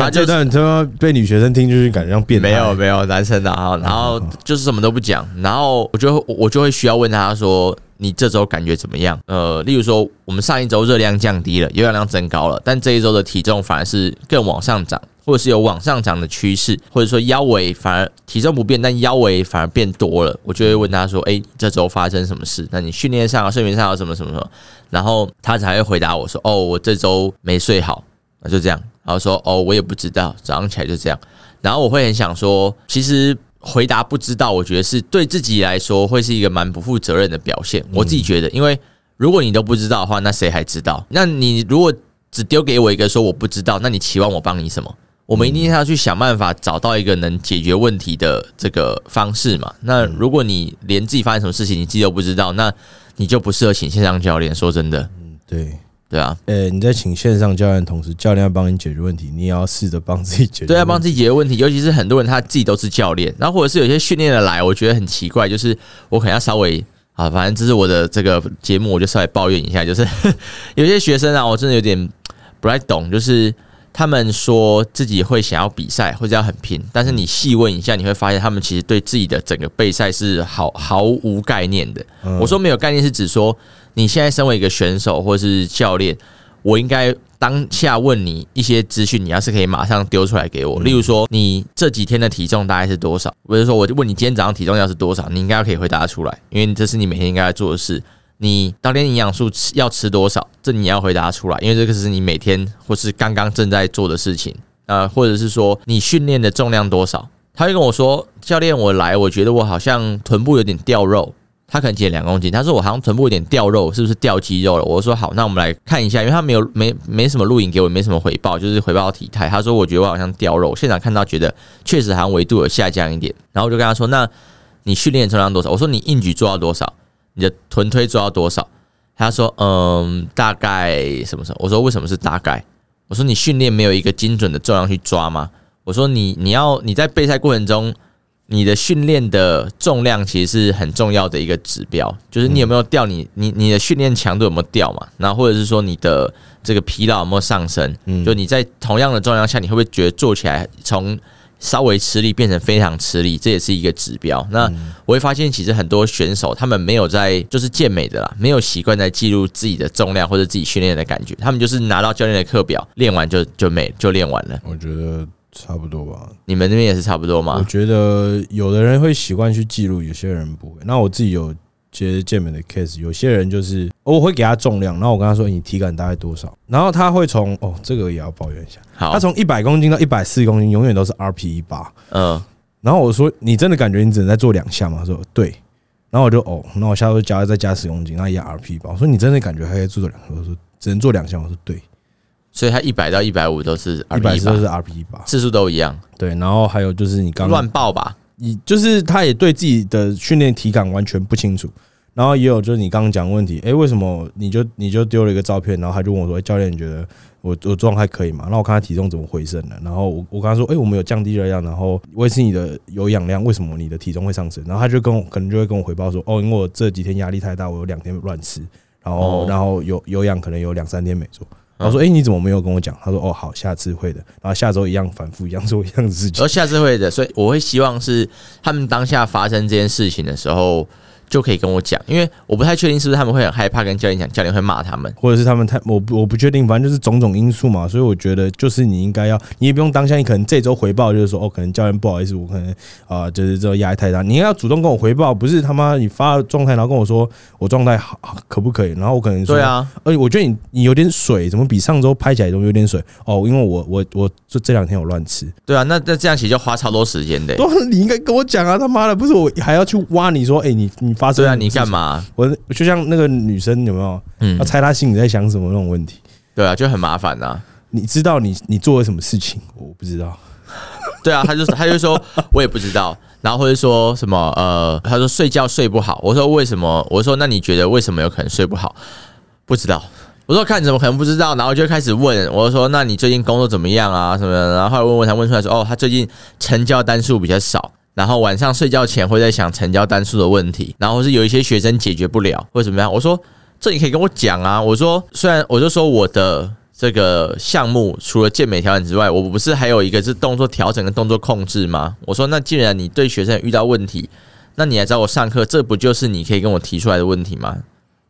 S2: 他
S1: 就
S2: 这段他妈被女学生听就是感觉像变态
S1: 没有没有男生的啊，然后就是什么都不讲，然后我就会我我就会需要问他说你这周感觉怎么样？呃，例如说我们上一周热量降低了，有氧量增高了，但这一周的体重反而是更往上涨，或者是有往上涨的趋势，或者说腰围反而体重不变，但腰围反而变多了，我就会问他说，诶，这周发生什么事？那你训练上、啊、睡眠上有什么什么什么？然后他才会回答我说，哦，我这周没睡好，那就这样。然后说哦，我也不知道，早上起来就这样。然后我会很想说，其实回答不知道，我觉得是对自己来说会是一个蛮不负责任的表现。我自己觉得，因为如果你都不知道的话，那谁还知道？那你如果只丢给我一个说我不知道，那你期望我帮你什么？我们一定要去想办法找到一个能解决问题的这个方式嘛。那如果你连自己发生什么事情你自己都不知道，那你就不适合请线上教练。说真的，
S2: 对。
S1: 对啊，
S2: 呃，你在请线上教练的同时，教练要帮你解决问题，你也要试着啊帮自己解决问题。
S1: 对，要帮自己解决问题。尤其是很多人他自己都是教练，然后或者是有些训练的来，我觉得很奇怪，就是我可能要稍微啊，反正这是我的这个节目，我就稍微抱怨一下，就是 有些学生啊，我真的有点不太懂，就是。他们说自己会想要比赛，或者要很拼，但是你细问一下，你会发现他们其实对自己的整个备赛是毫毫无概念的。我说没有概念是指说，你现在身为一个选手或是教练，我应该当下问你一些资讯，你要是可以马上丢出来给我，例如说你这几天的体重大概是多少，或者说我就问你今天早上体重要是多少，你应该可以回答出来，因为这是你每天应该要做的事。你当天营养素吃要吃多少，这你要回答出来，因为这个是你每天或是刚刚正在做的事情。呃，或者是说你训练的重量多少，他就跟我说：“教练，我来，我觉得我好像臀部有点掉肉。”他可能减两公斤，他说我好像臀部有点掉肉，是不是掉肌肉了？我说好，那我们来看一下，因为他没有没没什么录影给我，没什么回报，就是回报体态。他说我觉得我好像掉肉，现场看到觉得确实好像维度有下降一点。然后我就跟他说，那你训练重量多少？我说你硬举做到多少？你的臀推做到多少？他说嗯，大概什么时候？我说为什么是大概？我说你训练没有一个精准的重量去抓吗？我说你你要你在备赛过程中，你的训练的重量其实是很重要的一个指标，就是你有没有掉你你你的训练强度有没有掉嘛？然后或者是说你的这个疲劳有没有上升？就你在同样的重量下，你会不会觉得做起来从稍微吃力变成非常吃力？这也是一个指标。那
S2: 嗯
S1: 我会发现，其实很多选手他们没有在就是健美的啦，没有习惯在记录自己的重量或者自己训练的感觉，他们就是拿到教练的课表练完就就没就练完了。
S2: 我觉得差不多吧。
S1: 你们那边也是差不多
S2: 我
S1: 吗？
S2: 觉得有的人会习惯去记录，有些人不会。那我自己有接健美的 case，有些人就是、哦我会给他重量，然后我跟他说你体感大概多少，然后他会从哦这个也要抱怨一下，
S1: 好
S2: 他，从一百公斤到一百四公斤，永远都是 RP 一八。
S1: 嗯，
S2: 然后我说你真的感觉你只能再做两下吗？他说对。然后我就哦，那我下次加再加十公斤，啊那一样 RP 吧。我说你真的感觉还可以做两下？我说只能做两下。我说对，
S1: 所以他一百到一百五都是
S2: 一百
S1: RP
S2: 四
S1: 吧
S2: 是 RP 一八。
S1: 次数都一样，
S2: 对，然后还有就是你刚刚
S1: 乱报吧。
S2: 你就是他也对自己的训练体感完全不清楚，然后也有就是你刚刚讲的问题，诶，为什么你就你就丢了一个照片，然后他就问我说，诶教练你觉得我我状态可以吗？那我看他体重怎么回升了，然后我我跟他说，诶，我们有降低热量，然后维持你的有氧量，为什么你的体重会上升？然后他就跟我可能就会跟我回报说，哦，因为我这几天压力太大，我有两天乱吃，然后、
S1: 哦
S2: 然后有有氧可能有两三天没做。然后说：“诶，你怎么没有跟我讲？”他说：“哦，好，下次会的。”然后下周一样反复一样做一样的事情
S1: 而。下次会的，所以我会希望是他们当下发生这件事情的时候，就可以跟我讲，因为我不太确定是不是他们会很害怕跟教练讲，教练会骂他们。
S2: 或者是他们太我不我不确定，反正就是种种因素嘛，所以我觉得就是你应该要，你也不用当下，你可能这周回报就是说哦，可能教练不好意思，我可能啊、就是这压力太大，你应该要主动跟我回报，不是他妈你发状态然后跟我说我状态好可不可以，然后我可能说
S1: 对，啊，
S2: 而且我觉得你你有点水，怎么比上周拍起来都有点水哦，因为我我我这这两天有乱吃，
S1: 对啊，那那这样其实就花超多时间的、欸
S2: 都你应该跟我讲啊，他妈的不是我还要去挖你说，哎、你你发生
S1: 对啊，
S2: 什么
S1: 你干
S2: 事情？
S1: 嘛？
S2: 我就像那个女生有没有
S1: 嗯
S2: 要，猜她心里在想什么那种问题。
S1: 对啊，就很麻烦呐、
S2: 你知道你你做了什么事情？我不知道。
S1: 对啊，他就他就说，我也不知道，然后或者说什么呃，他说睡觉睡不好，我说为什么？我说那你觉得为什么有可能睡不好？不知道。我说看怎么可能不知道，然后就开始问，我就说那你最近工作怎么样啊什么的，然后后来问问他问出来说哦，他最近成交单数比较少，然后晚上睡觉前会在想成交单数的问题，然后是有一些学生解决不了或者怎么样，我说这你可以跟我讲啊，我说虽然我就说我的这个项目除了健美调整之外，我不是还有一个是动作调整跟动作控制吗？我说那既然你对学生有遇到问题，那你来找我上课，这不就是你可以跟我提出来的问题吗？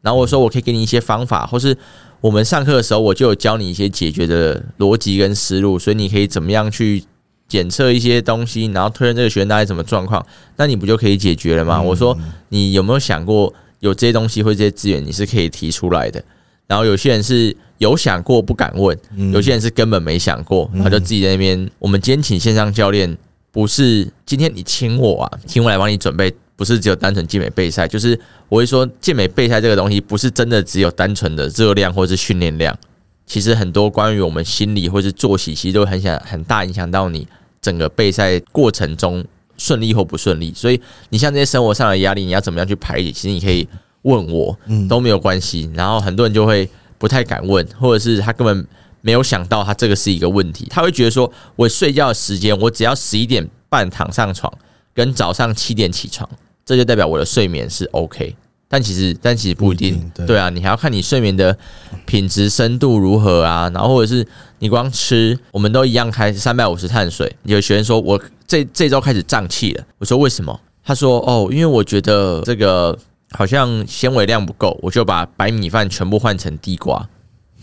S1: 然后我说我可以给你一些方法，或是我们上课的时候我就有教你一些解决的逻辑跟思路，所以你可以怎么样去检测一些东西，然后推论这个学生大概什么状况，那你不就可以解决了吗？我说你有没有想过有这些东西或这些资源你是可以提出来的？然后有些人是有想过不敢问，
S2: 嗯
S1: 有些人是根本没想过，他就自己在那边。我们今天请线上教练，不是今天你请我啊，请我来帮你准备，不是只有单纯健美备赛，就是我会说健美备赛这个东西，不是真的只有单纯的热量或是训练量，其实很多关于我们心理或是作息，其实都很想很大影响到你整个备赛过程中顺利或不顺利。所以你像这些生活上的压力，你要怎么样去排解？其实你可以问我，
S2: 嗯
S1: 都没有关系。然后很多人就会不太敢问，或者是他根本没有想到他这个是一个问题，他会觉得说我睡觉的时间，我只要十一点半躺上床，跟早上七点起床，这就代表我的睡眠是 OK。但其实，但其实不一定，
S2: 不一定对
S1: 对啊，你还要看你睡眠的品质、深度如何啊，然后或者是你光吃，我们都一样开三百五十碳水。有学员说我这这周开始胀气了，我说为什么？他说哦，因为我觉得这个好像纤维量不够，我就把白米饭全部换成地瓜，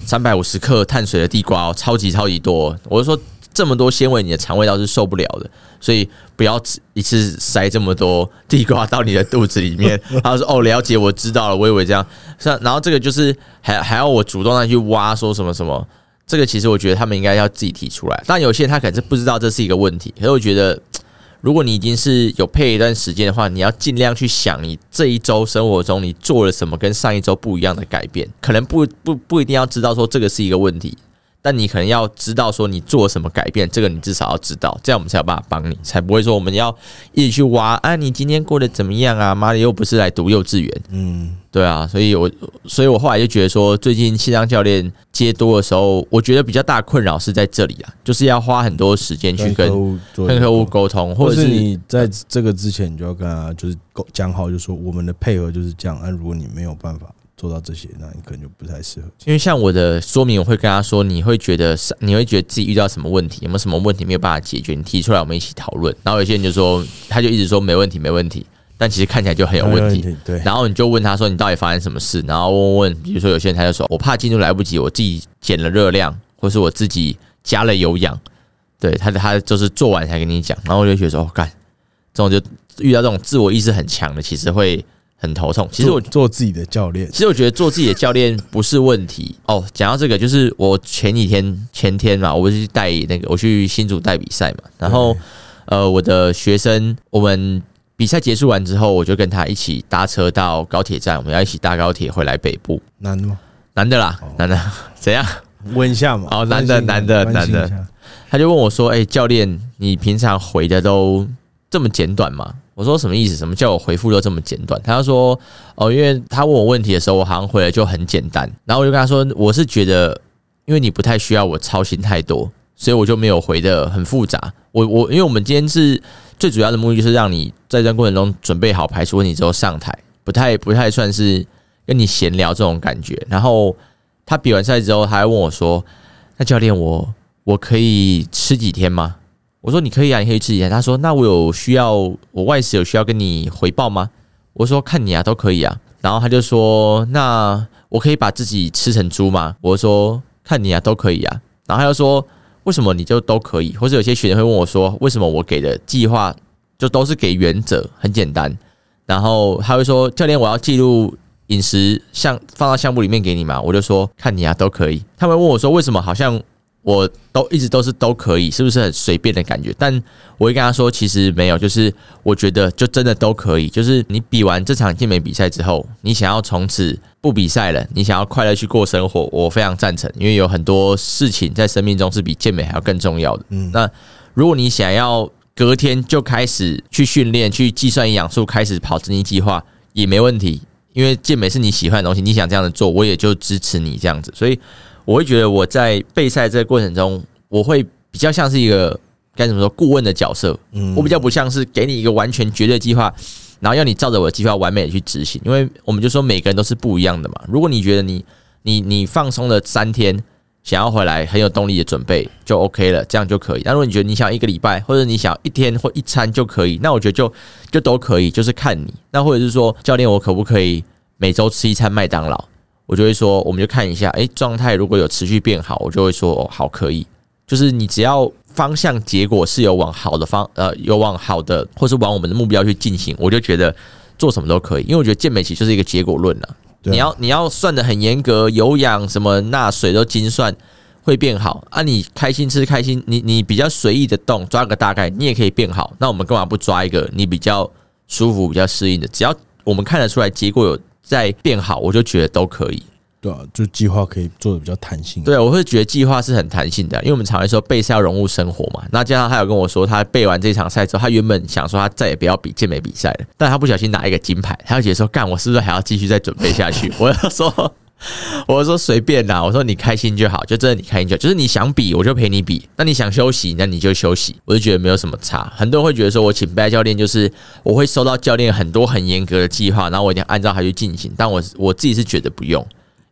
S1: 三百五十克碳水的地瓜哦，超级超级多哦。我就说这么多纤维，你的肠胃道是受不了的，所以不要只一次塞这么多地瓜到你的肚子里面。他说：“哦，了解，我知道了，我以为这样。”是啊，然后这个就是还还要我主动的去挖，说什么什么。这个其实我觉得他们应该要自己提出来，但有些人他可能是不知道这是一个问题，可是我觉得如果你已经是有配一段时间的话，你要尽量去想你这一周生活中你做了什么跟上一周不一样的改变，可能不不不一定要知道说这个是一个问题，但你可能要知道说你做了什么改变，这个你至少要知道，这样我们才有办法帮你，才不会说我们要一直去挖啊，你今天过得怎么样啊？妈的，又不是来读幼稚园，
S2: 嗯，
S1: 对啊，所以我所以我后来就觉得说，最近西藏教练接多的时候，我觉得比较大困扰是在这里啊，就是要花很多时间去跟
S2: 户做
S1: 跟客户沟通，
S2: 或
S1: 或者
S2: 是
S1: 是
S2: 你在这个之前，你就要跟他就是沟讲好，就说我们的配合就是这样。那、如果你没有办法做到这些，那你可能就不太适合。
S1: 因为像我的说明，我会跟他说，你会觉得是，你会觉得自己遇到什么问题，有没有什么问题没有办法解决，你提出来我们一起讨论。然后有些人就说，他就一直说没问题，没问题，但其实看起来就很有问题。，
S2: 对，
S1: 然后你就问他说，你到底发生什么事？然后问问，比如说有些人他就说，我怕进度来不及，我自己减了热量，或是我自己加了有氧，对他他就是做完才跟你讲。然后我就觉得说，哦干、这种就遇到这种自我意识很强的，其实会很头痛。其实我
S2: 做做自己的教练，
S1: 其实我觉得做自己的教练不是问题哦。讲到这个，就是我前几天前天嘛，我不是去带那个我去新竹带比赛嘛，然后呃，我的学生我们比赛结束完之后，我就跟他一起搭车到高铁站，我们要一起搭高铁回来北部，
S2: 难吗？
S1: 男的啦
S2: 哦，
S1: 男的 怎样？
S2: 问一下嘛。
S1: 哦
S2: 关心一下
S1: 男的
S2: 关心一下
S1: 男他就问我说：“哎、教练，你平常回的都这么简短吗？”我说：“什么意思？什么叫我回复都这么简短？”他就说：“哦，因为他问我问题的时候，我好像回的就很简单。”然后我就跟他说：“我是觉得，因为你不太需要我操心太多，所以我就没有回的很复杂。我我因为我们今天是最主要的目的，就是让你在这段过程中准备好排除问题之后上台，不太不太算是跟你闲聊这种感觉。然后他比完赛之后，他还问我说：‘那教练，我我可以吃几天吗？我说你可以啊，你可以吃几天。他说那我有需要，我外食有需要跟你回报吗？我说看你啊，都可以啊。然后他就说那我可以把自己吃成猪吗？我说看你啊，都可以啊。然后他就说为什么你就都可以？或者有些学员会问我说为什么我给的计划就都是给原则，很简单。然后他会说教练，我要记录饮食项放到项目里面给你嘛？我就说看你啊，都可以。他们问我说为什么好像我都一直都是都可以，是不是很随便的感觉？但我会跟他说，其实没有，就是我觉得就真的都可以。就是你比完这场健美比赛之后，你想要从此不比赛了，你想要快乐去过生活，我非常赞成，因为有很多事情在生命中是比健美还要更重要的。嗯，那如果你想要隔天就开始去训练，去计算营养素，开始跑增肌计划也没问题，因为健美是你喜欢的东西，你想这样子做，我也就支持你这样子。所以我会觉得我在备赛这个过程中，我会比较像是一个该怎么说顾问的角色，
S2: 嗯
S1: 我比较不像是给你一个完全绝对计划，然后要你照着我的计划完美的去执行，因为我们就说每个人都是不一样的嘛。如果你觉得你你你放松了三天，想要回来很有动力的准备就 OK 了，这样就可以。但如果你觉得你想一个礼拜，或者你想一天或一餐就可以，那我觉得就就都可以，就是看你。那或者是说，教练，我可不可以每周吃一餐麦当劳？我就会说，我们就看一下，诶、状态如果有持续变好，我就会说，哦，好，可以。就是你只要方向结果是有往好的方，呃，有往好的，或是往我们的目标去进行，我就觉得做什么都可以，因为我觉得健美其实就是一个结果论了。
S2: 对啊
S1: 你要你要算的很严格，有氧什么钠水都精算，会变好啊！你开心吃开心，你你比较随意的动，抓个大概，你也可以变好。那我们干嘛不抓一个你比较舒服、比较适应的？只要我们看得出来结果有在变好，我就觉得都可以。
S2: 对啊，就计划可以做的比较弹性。
S1: 对，我会觉得计划是很弹性的，因为我们常会说备赛要融入生活嘛。那加上他有跟我说，他备完这场赛之后，他原本想说他再也不要比健美比赛了，但他不小心拿一个金牌，他就觉得说，干，我是不是还要继续再准备下去？ 我就说。我就说随便啦，我说你开心就好，就真的你开心就好，就是你想比我就陪你比，那你想休息那你就休息，我就觉得没有什么差。很多人会觉得说我请备赛教练就是我会收到教练很多很严格的计划，然后我一定要按照他去进行，但我我自己是觉得不用，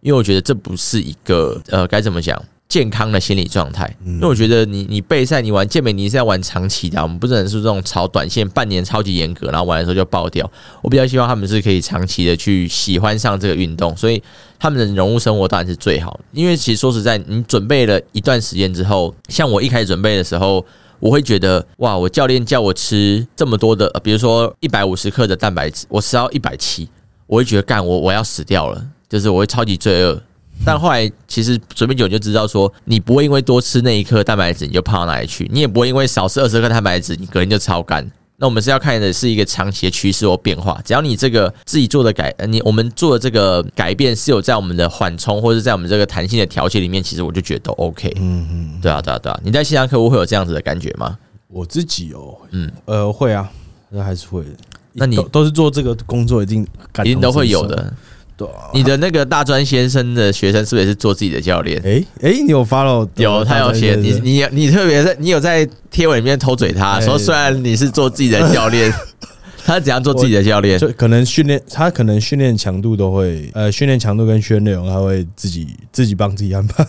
S1: 因为我觉得这不是一个呃该怎么讲健康的心理状态。因为我觉得你你备赛你玩健美，你是要玩长期的啊、我们不能是这种炒短线，半年超级严格，然后玩的时候就爆掉。我比较希望他们是可以长期的去喜欢上这个运动，所以他们的融入生活当然是最好。因为其实说实在，你准备了一段时间之后，像我一开始准备的时候。我会觉得哇，我教练叫我吃这么多的，呃比如说一百五十克的蛋白质，我吃到一百七，我会觉得干我我要死掉了，就是我会超级罪恶。但后来其实随便久你就知道说，你不会因为多吃那一克蛋白质你就胖到哪里去，你也不会因为少吃二十克蛋白质你隔天就超干。那我们是要看的是一个长期的趋势或变化。只要你这个自己做的改，呃你我们做的这个改变是有在我们的缓冲或者在我们这个弹性的调节里面，其实我就觉得都 OK。
S2: 嗯嗯，
S1: 对啊，对啊，对啊。你在线上客户会有这样子的感觉吗？
S2: 我自己哦，
S1: 嗯
S2: 嗯，呃，会啊，那还是会的。
S1: 那你
S2: 都都是做这个工作，一定感
S1: 一定
S2: 同
S1: 都会
S2: 身
S1: 有
S2: 受。
S1: 的。
S2: 对啊，
S1: 你的那个大专先生的学生是不是也是做自己的教练？
S2: 哎哎，你有 follow？
S1: 有，他有写你，你你特别在你有在贴文里面偷嘴他，
S2: 哎
S1: 说虽然你是做自己的教 练，他怎样做自己的教练？
S2: 就可能训练，他可能训练强度都会，呃，训练强度跟训练内容他会自己自己帮自己安排。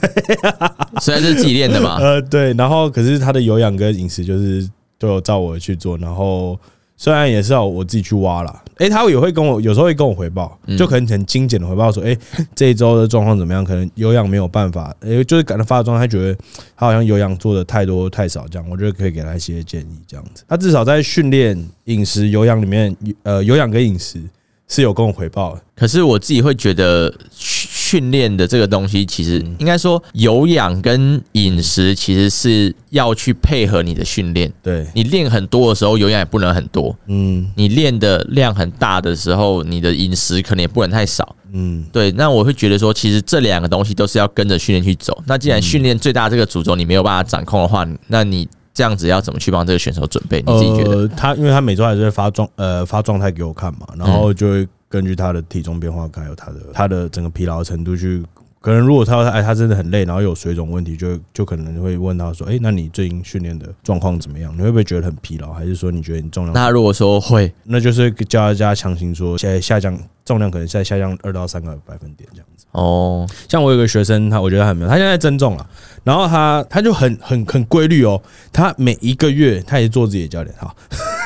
S1: 虽然是自己练的 嘛，
S2: 呃，对，然后可是他的有氧跟饮食就是都有照我去做，然后虽然也是要我自己去挖啦，诶，他也会跟我有时候会跟我回报，就可能很精简的回报说，诶，这一周的状况怎么样？可能有氧没有办法，诶，就是感到发的状态，他觉得他好像有氧做的太多太少，这样我觉得可以给他一些建议，这样子。他至少在训练、饮食、有氧里面，呃，有氧跟饮食是有跟我回报的，
S1: 可是我自己会觉得训训练的这个东西，其实
S2: 嗯
S1: 应该说有氧跟饮食其实是要去配合你的训练。
S2: 对，
S1: 你练很多的时候，有氧也不能很多；
S2: 嗯
S1: 你练的量很大的时候，你的饮食可能也不能太少。
S2: 嗯，
S1: 对，那我会觉得说，其实这两个东西都是要跟着训练去走。那既然训练最大这个主轴你没有办法掌控的话，那你这样子要怎么去帮这个选手准备？你自己觉得？嗯
S2: 呃、他因为他每周还是会发状呃发状态给我看嘛，然后就会根据他的体重变化，还有他的他的整个疲劳程度去。可能如果他哎他真的很累，然后有水肿问题，就就可能会问他说，哎、那你最近训练的状况怎么样？你会不会觉得很疲劳，还是说你觉得你重量？
S1: 那如果说会，
S2: 那就是教大家强行说，现在下降重量可能再下降二到三个百分点这样子。
S1: 哦，
S2: 像我有个学生，他我觉得他很妙，他现在在增重了，然后他他就很很很规律哦，他每一个月他也做自己的教练哈，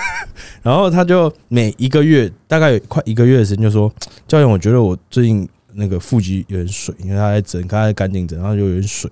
S2: 然后他就每一个月大概有快一个月的时间就说，教练，我觉得我最近那个腹肌有点水，因为他在整，他在干净整，然后就有点水，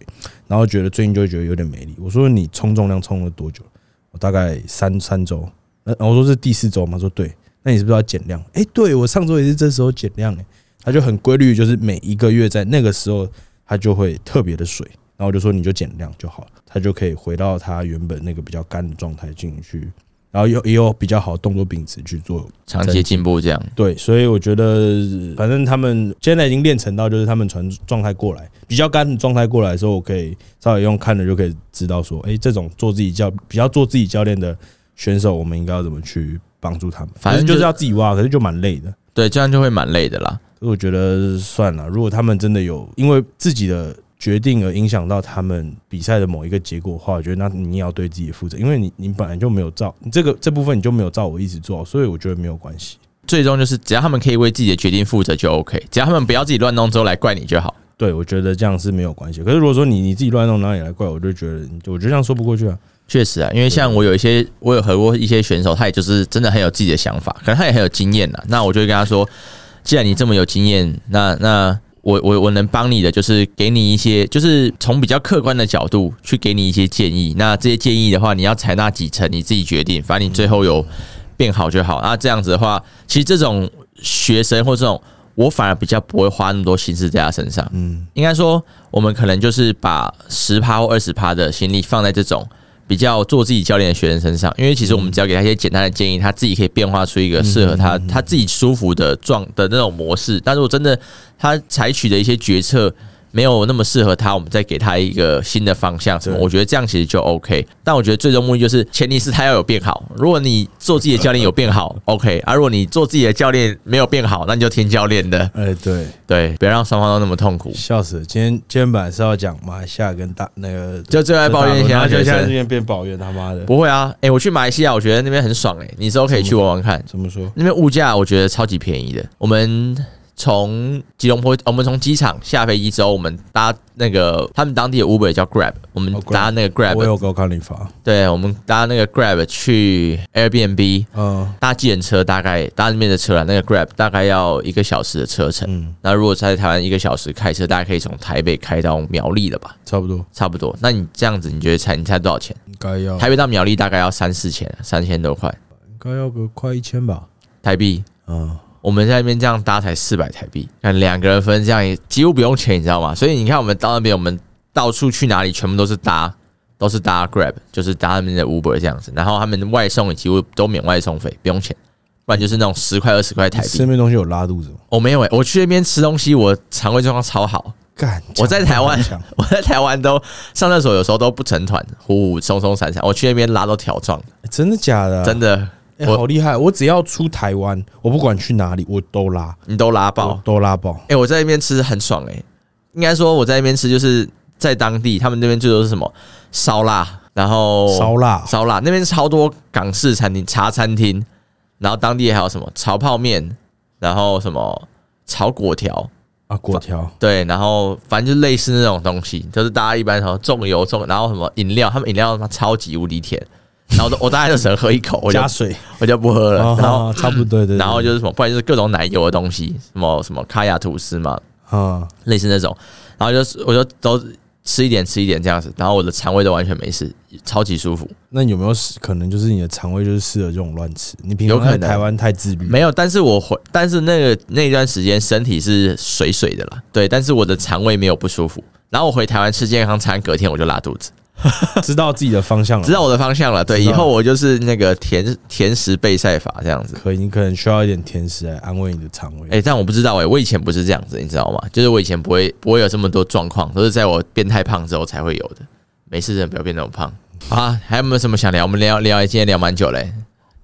S2: 然后觉得最近就会觉得有点没力。我说你冲重量冲了多久？我大概三三周，呃，我说是第四周嘛，他说对，那你是不是要减量？诶，对我上周也是这时候减量诶、他就很规律，就是每一个月在那个时候他就会特别的水，然后我就说你就减量就好了，他就可以回到他原本那个比较干的状态进去，然后又也有比较好的动作秉持去做
S1: 长期进步这样。
S2: 对，所以我觉得，反正他们现在已经练成到，就是他们传状态过来，比较干的状态过来的时候，我可以稍微用看的就可以知道说，哎、这种做自己教比较做自己教练的选手，我们应该要怎么去帮助他们？
S1: 反正
S2: 可是
S1: 就
S2: 就是要自己挖，可是就蛮累的。
S1: 对，这样就会蛮累的啦。
S2: 所以我觉得算了，如果他们真的有因为自己的决定而影响到他们比赛的某一个结果的话，我觉得那你也要对自己负责，因为你你本来就没有照你这个这部分你就没有照我一直做，所以我觉得没有关系。
S1: 最终就是，只要他们可以为自己的决定负责就 OK，只要他们不要自己乱弄之后来怪你就好。
S2: 对，我觉得这样是没有关系。可是如果说你你自己乱弄，然后你来怪我，我就觉得你就我觉得这样说不过去啊。
S1: 确实啊，因为像我有一些，我有合过一些选手，他也就是真的很有自己的想法，可能他也很有经验呐。啊那我就会跟他说，既然你这么有经验，那那我我我能帮你的就是给你一些，就是从比较客观的角度去给你一些建议。那这些建议的话，你要采纳几成，你自己决定，反正你最后有变好就好。那这样子的话，其实这种学生或这种，我反而比较不会花那么多心思在他身上。
S2: 嗯，
S1: 应该说，我们可能就是把十趴或二十趴的心力放在这种比较做自己教练的学生身上，因为其实我们只要给他一些简单的建议，他自己可以变化出一个适合他他自己舒服的状的那种模式。但如果真的他采取的一些决策没有那么适合他，我们再给他一个新的方向什么，
S2: 对
S1: 我觉得这样其实就 OK。但我觉得最终目的就是，前提是他要有变好。如果你做自己的教练有变好，OK；而、如啊果你做自己的教练没有变好，那你就听教练的，
S2: 哎、对，
S1: 对，不要让双方都那么痛苦。
S2: 笑死了！今天今天本来是要讲马来西亚跟大那个，
S1: 就最爱抱怨一
S2: 然
S1: 下
S2: 后就
S1: 学
S2: 现在这
S1: 生。
S2: 边变抱怨他妈的，
S1: 不会啊，哎、我去马来西亚，我觉得那边很爽哎、你之后可以去玩玩看。
S2: 怎么说？
S1: 那边物价我觉得超级便宜的。我们从吉隆坡，我们从机场下飞机之后，我们搭那个他们当地的 Uber 也叫 Grab，我们
S2: 哦，Grab
S1: 搭那个 Grab，、
S2: 我有高康理发，
S1: 对，我们搭那个 Grab 去 Airbnb，
S2: 嗯
S1: 搭计程车大概搭那边的车了，那个 Grab 大概要一个小时的车程。
S2: 嗯，
S1: 那如果在台湾一个小时开车，大概可以从台北开到苗栗了吧，
S2: 差不多
S1: 差不多。那你这样子，你觉得猜你猜多少钱？
S2: 应该要
S1: 台北到苗栗大概要三四千，三千多块
S2: 应该要个快一千吧，
S1: 台币。
S2: 嗯，
S1: 我们在那边这样搭才四百台币，看两个人分这样也几乎不用钱，你知道吗？所以你看我们到那边，我们到处去哪里全部都是搭都是搭 Grab，就是搭他们的 Uber 这样子，然后他们外送也几乎都免外送费，不用钱，不然就是那种十块二十块台
S2: 吃那
S1: 币。哦
S2: 边东西有拉肚子吗？
S1: 我、没有诶、欸我去那边吃东西，我肠胃状况超好。
S2: 干，
S1: 我在台湾
S2: 讲，
S1: 我在台湾都上厕所有时候都不成团，呼呼松松散散。我去那边拉都条状，
S2: 真的假的啊？
S1: 真的，
S2: 哎，
S1: 我
S2: 好厉害！我只要出台湾，我不管去哪里，我都拉
S1: 你都拉爆
S2: 我。都拉爆。
S1: 哎、我在那边吃很爽哎、应该说我在那边吃就是在当地，他们那边最多是什么烧腊，然后
S2: 烧腊
S1: 烧腊那边超多港式餐厅、茶餐厅，然后当地还有什么炒泡面，然后什么炒粿条，
S2: 啊，果条
S1: 对，然后反正就类似那种东西，就是大家一般什么重油重，然后什么饮料，他们饮料他妈超级无敌甜，然后我都我大概就只能喝一口，我就
S2: 加水，
S1: 我就不喝了，然后
S2: 啊，差不多对对。
S1: 然后就是什么，不然就是各种奶油的东西，什么什么卡雅吐司嘛，
S2: 啊，
S1: 类似那种，然后就是我就都吃一点吃一点这样子，然后我的肠胃都完全没事，超级舒服。
S2: 那有没有是可能就是你的肠胃就是适合这种乱吃？你平
S1: 有
S2: 常
S1: 可能
S2: 在台湾太自 律，
S1: 没有，但是我回，但是那个那段时间身体是水水的啦，对，但是我的肠胃没有不舒服。然后我回台湾吃健康餐，隔天我就拉肚子，
S2: 知道自己的方向了，
S1: 知道我的方向了。对，
S2: 知
S1: 以
S2: 道
S1: 后我就是那个甜甜食备赛法这样子。
S2: 可以，你可能需要一点甜食来安慰你的肠胃。
S1: 哎、但我不知道哎、我以前不是这样子，你知道吗？就是我以前不会不会有这么多状况，都是在我变太胖之后才会有的。没事，人不要变那么胖啊！还有没有什么想聊？我们聊聊，今天聊蛮久嘞、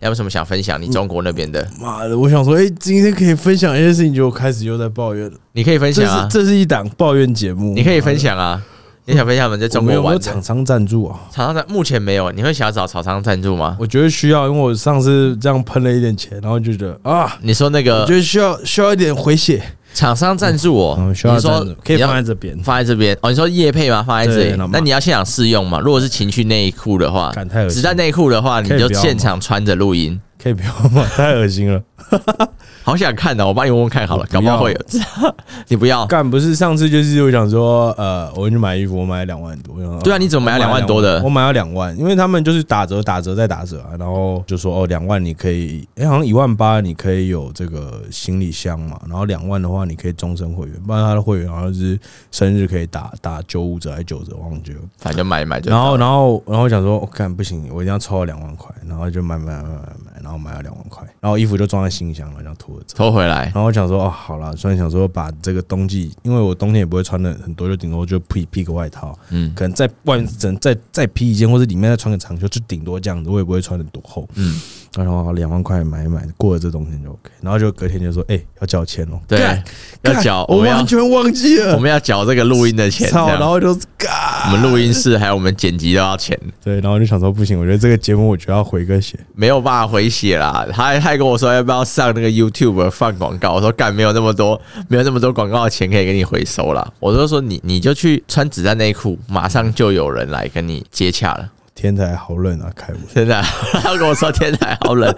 S1: 还有没有什么想分享？你中国那边的，
S2: 妈的，我想说，哎、今天可以分享一些事情，就开始又在抱怨了。
S1: 你可以分
S2: 这
S1: 享
S2: 是
S1: 啊，
S2: 这是一档抱怨节目，哎
S1: 你可以分享啊。你想分享我们在
S2: 我
S1: 中
S2: 们
S1: 国
S2: 有没
S1: 玩
S2: 有
S1: 的
S2: 厂商赞助啊？
S1: 厂商赞？目前没有，你会想要找厂商赞助吗？
S2: 我觉得需要，因为我上次这样喷了一点钱，然后就觉得啊，
S1: 你说那
S2: 我
S1: 个
S2: 觉得需要需要一点回血，
S1: 厂商赞助我，
S2: 嗯，需要
S1: 哦你说
S2: 赞助可以
S1: 你要
S2: 放在这边，
S1: 放在这边哦，你说叶配吗？放在这里
S2: 对那，
S1: 那
S2: 么
S1: 你要现场试用嘛？如果是情趣内裤的话，
S2: 感太恶
S1: 子
S2: 心，
S1: 弹内裤的话，你
S2: 可以
S1: 就
S2: 不要吗
S1: 现场穿着录音。
S2: 可以不要吗？太恶心了。
S1: 好想看哦的，我帮你问问看好了，
S2: 我
S1: 搞
S2: 不
S1: 不
S2: 要
S1: 好会有。 你不要？
S2: 干不是上次就是我想说，呃，我去买衣服，我买了两万多。我想
S1: 对啊，你怎么买两万多的
S2: 我？买了两万，因为他们就是打折、打折再打折啊，然后就说哦，两万你可以，哎、好像一万八你可以有这个行李箱嘛，然后两万的话你可以终身会员，不然他的会员好像是生日可以打打九五折还是九折，忘记了。
S1: 反正买一买就。
S2: 然后，然后，然后我想说，我、哦干不行，我一定要凑到两万块，然后就买买买买买，然后买了两万块，然后衣服就装在行李箱了，然后拖着走。
S1: 拖回来，
S2: 然后我想说，哦，好了，虽然想说把这个冬季，因为我冬天也不会穿的很多，就顶多就披披个外套，
S1: 嗯
S2: 可能在外面只能再再披一件，或者里面再穿个长袖，就顶多这样子，我也不会穿的多厚。
S1: 嗯，
S2: 然后两万块买一买，过了这冬天就 OK。然后就隔天就说，哎、要交钱哦，
S1: 对
S2: 干，
S1: 要
S2: 干
S1: 缴，我
S2: 我
S1: 们要
S2: 完全忘记
S1: 我
S2: 了，
S1: 们要缴这个录音的钱，这
S2: 操，然
S1: 样
S2: 后就是
S1: 我
S2: 嘎，
S1: 们录音室还有我们剪辑都要钱，
S2: 对，然后就想说不行，我觉得这个节目我就要回个血，
S1: 没有办法回血啦。他还他还跟我说要不要上那个 YouTube 放广告，我说干没有那么多，没有那么多广告的钱可以给你回收啦。我就说你你就去穿子弹内裤，马上就有人来跟你接洽了。
S2: 天才好冷啊，开我。
S1: 天台， 他跟我说天台好冷，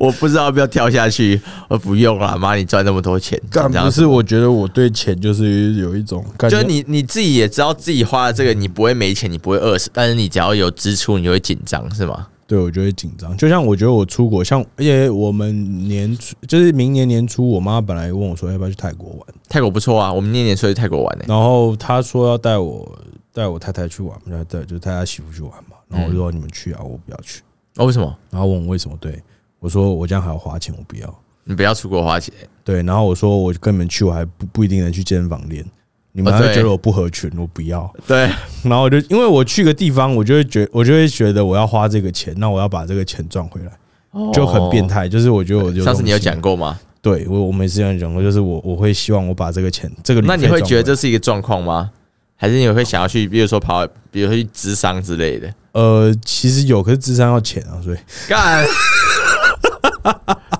S1: 我不知道要不要跳下去。我不用了，妈，你赚那么多钱，
S2: 干
S1: 这样
S2: 不是，我觉得我对钱就是有一种感觉，
S1: 就你你自己也知道自己花了这个，你不会没钱，你不会饿死，但是你只要有支出，你就会紧张，是吗？
S2: 对我就会紧张。就像我觉得我出国，像而且我们年初就是明年年初，我妈本来问我说要不要去泰国玩，
S1: 泰国不错啊，我们那年出去泰国玩呢、
S2: 然后她说要带我带我太太去玩，然后带就是带她媳妇去玩嘛，然后我就说你们去啊，我不要去。
S1: 哦，为什么？
S2: 然后问我为什么，对我说我这样还要花钱，我不要。
S1: 你不要出国花钱，
S2: 对，然后我说我跟你们去，我还不不一定能去健身房练，你们
S1: 哦
S2: 还会
S1: 对
S2: 觉得我不合群，我不要。
S1: 对，
S2: 然后我就因为我去个地方，我就会觉我就会觉得我要花这个钱，那我要把这个钱赚回来，就很变。态。就是我觉得我就
S1: 哦上次你有讲过吗？
S2: 对我，我每次这样讲过，就是我我会希望我把这个钱，这个旅
S1: 那
S2: 费
S1: 你会
S2: 赚
S1: 觉得
S2: 回
S1: 这
S2: 来
S1: 是一个状况吗？还是你会想要去，比如说跑，比如说去智商之类的？
S2: 呃，其实有，可是智商要钱啊，所以
S1: 干，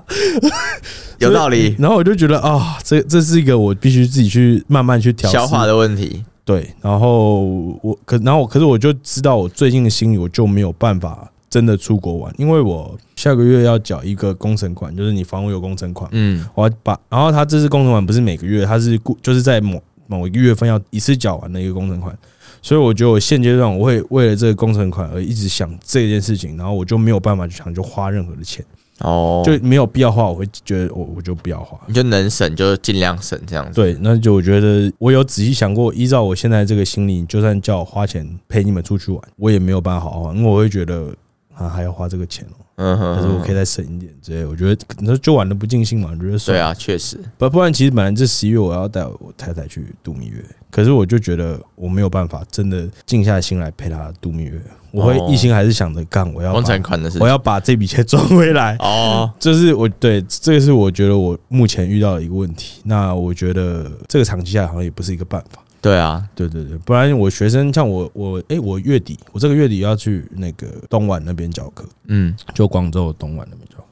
S1: 有道理。
S2: 然后我就觉得啊、这这是一个我必须自己去慢慢去调试
S1: 消化的问题。
S2: 对，然后我可然后我可是我就知道我最近的心里我就没有办法真的出国玩，因为我下个月要缴一个工程款，就是你房屋有工程款，
S1: 嗯，
S2: 我要把，然后他这次工程款不是每个月，他是固就是在某某一个月份要一次缴完的一个工程款，所以我觉得我现阶段我会为了这个工程款而一直想这件事情，然后我就没有办法去想就花任何的钱，
S1: 哦，
S2: 就没有必要花，我会觉得我我就不要花。
S1: 你就能省就尽量省这样子。
S2: 对，那就我觉得我有仔细想过，依照我现在这个心理，就算叫我花钱陪你们出去玩，我也没有办法好好花，因为我会觉得啊还要花这个钱哦、
S1: 嗯哼，
S2: 可是我可以再省一点之类的。我觉得你说就玩的不尽兴嘛，我觉得算
S1: 对
S2: 了。
S1: 啊，确实，
S2: 不不然其实本来这十一月我要带我太太去度蜜月，可是我就觉得我没有办法真的静下心来陪她度蜜月，我会
S1: 哦
S2: 一心还是想着干我要
S1: 工
S2: 把
S1: 程款的事
S2: 我
S1: 情。
S2: 要把这笔钱赚回来。
S1: 哦，
S2: 就是我对，这个是我觉得我目前遇到的一个问题。那我觉得这个长期下来好像也不是一个办法。
S1: 对啊，
S2: 对对对，不然我学生像我我诶，我月底我这个月底要去那个东莞那边教课，
S1: 嗯，
S2: 就广州东莞那边教课。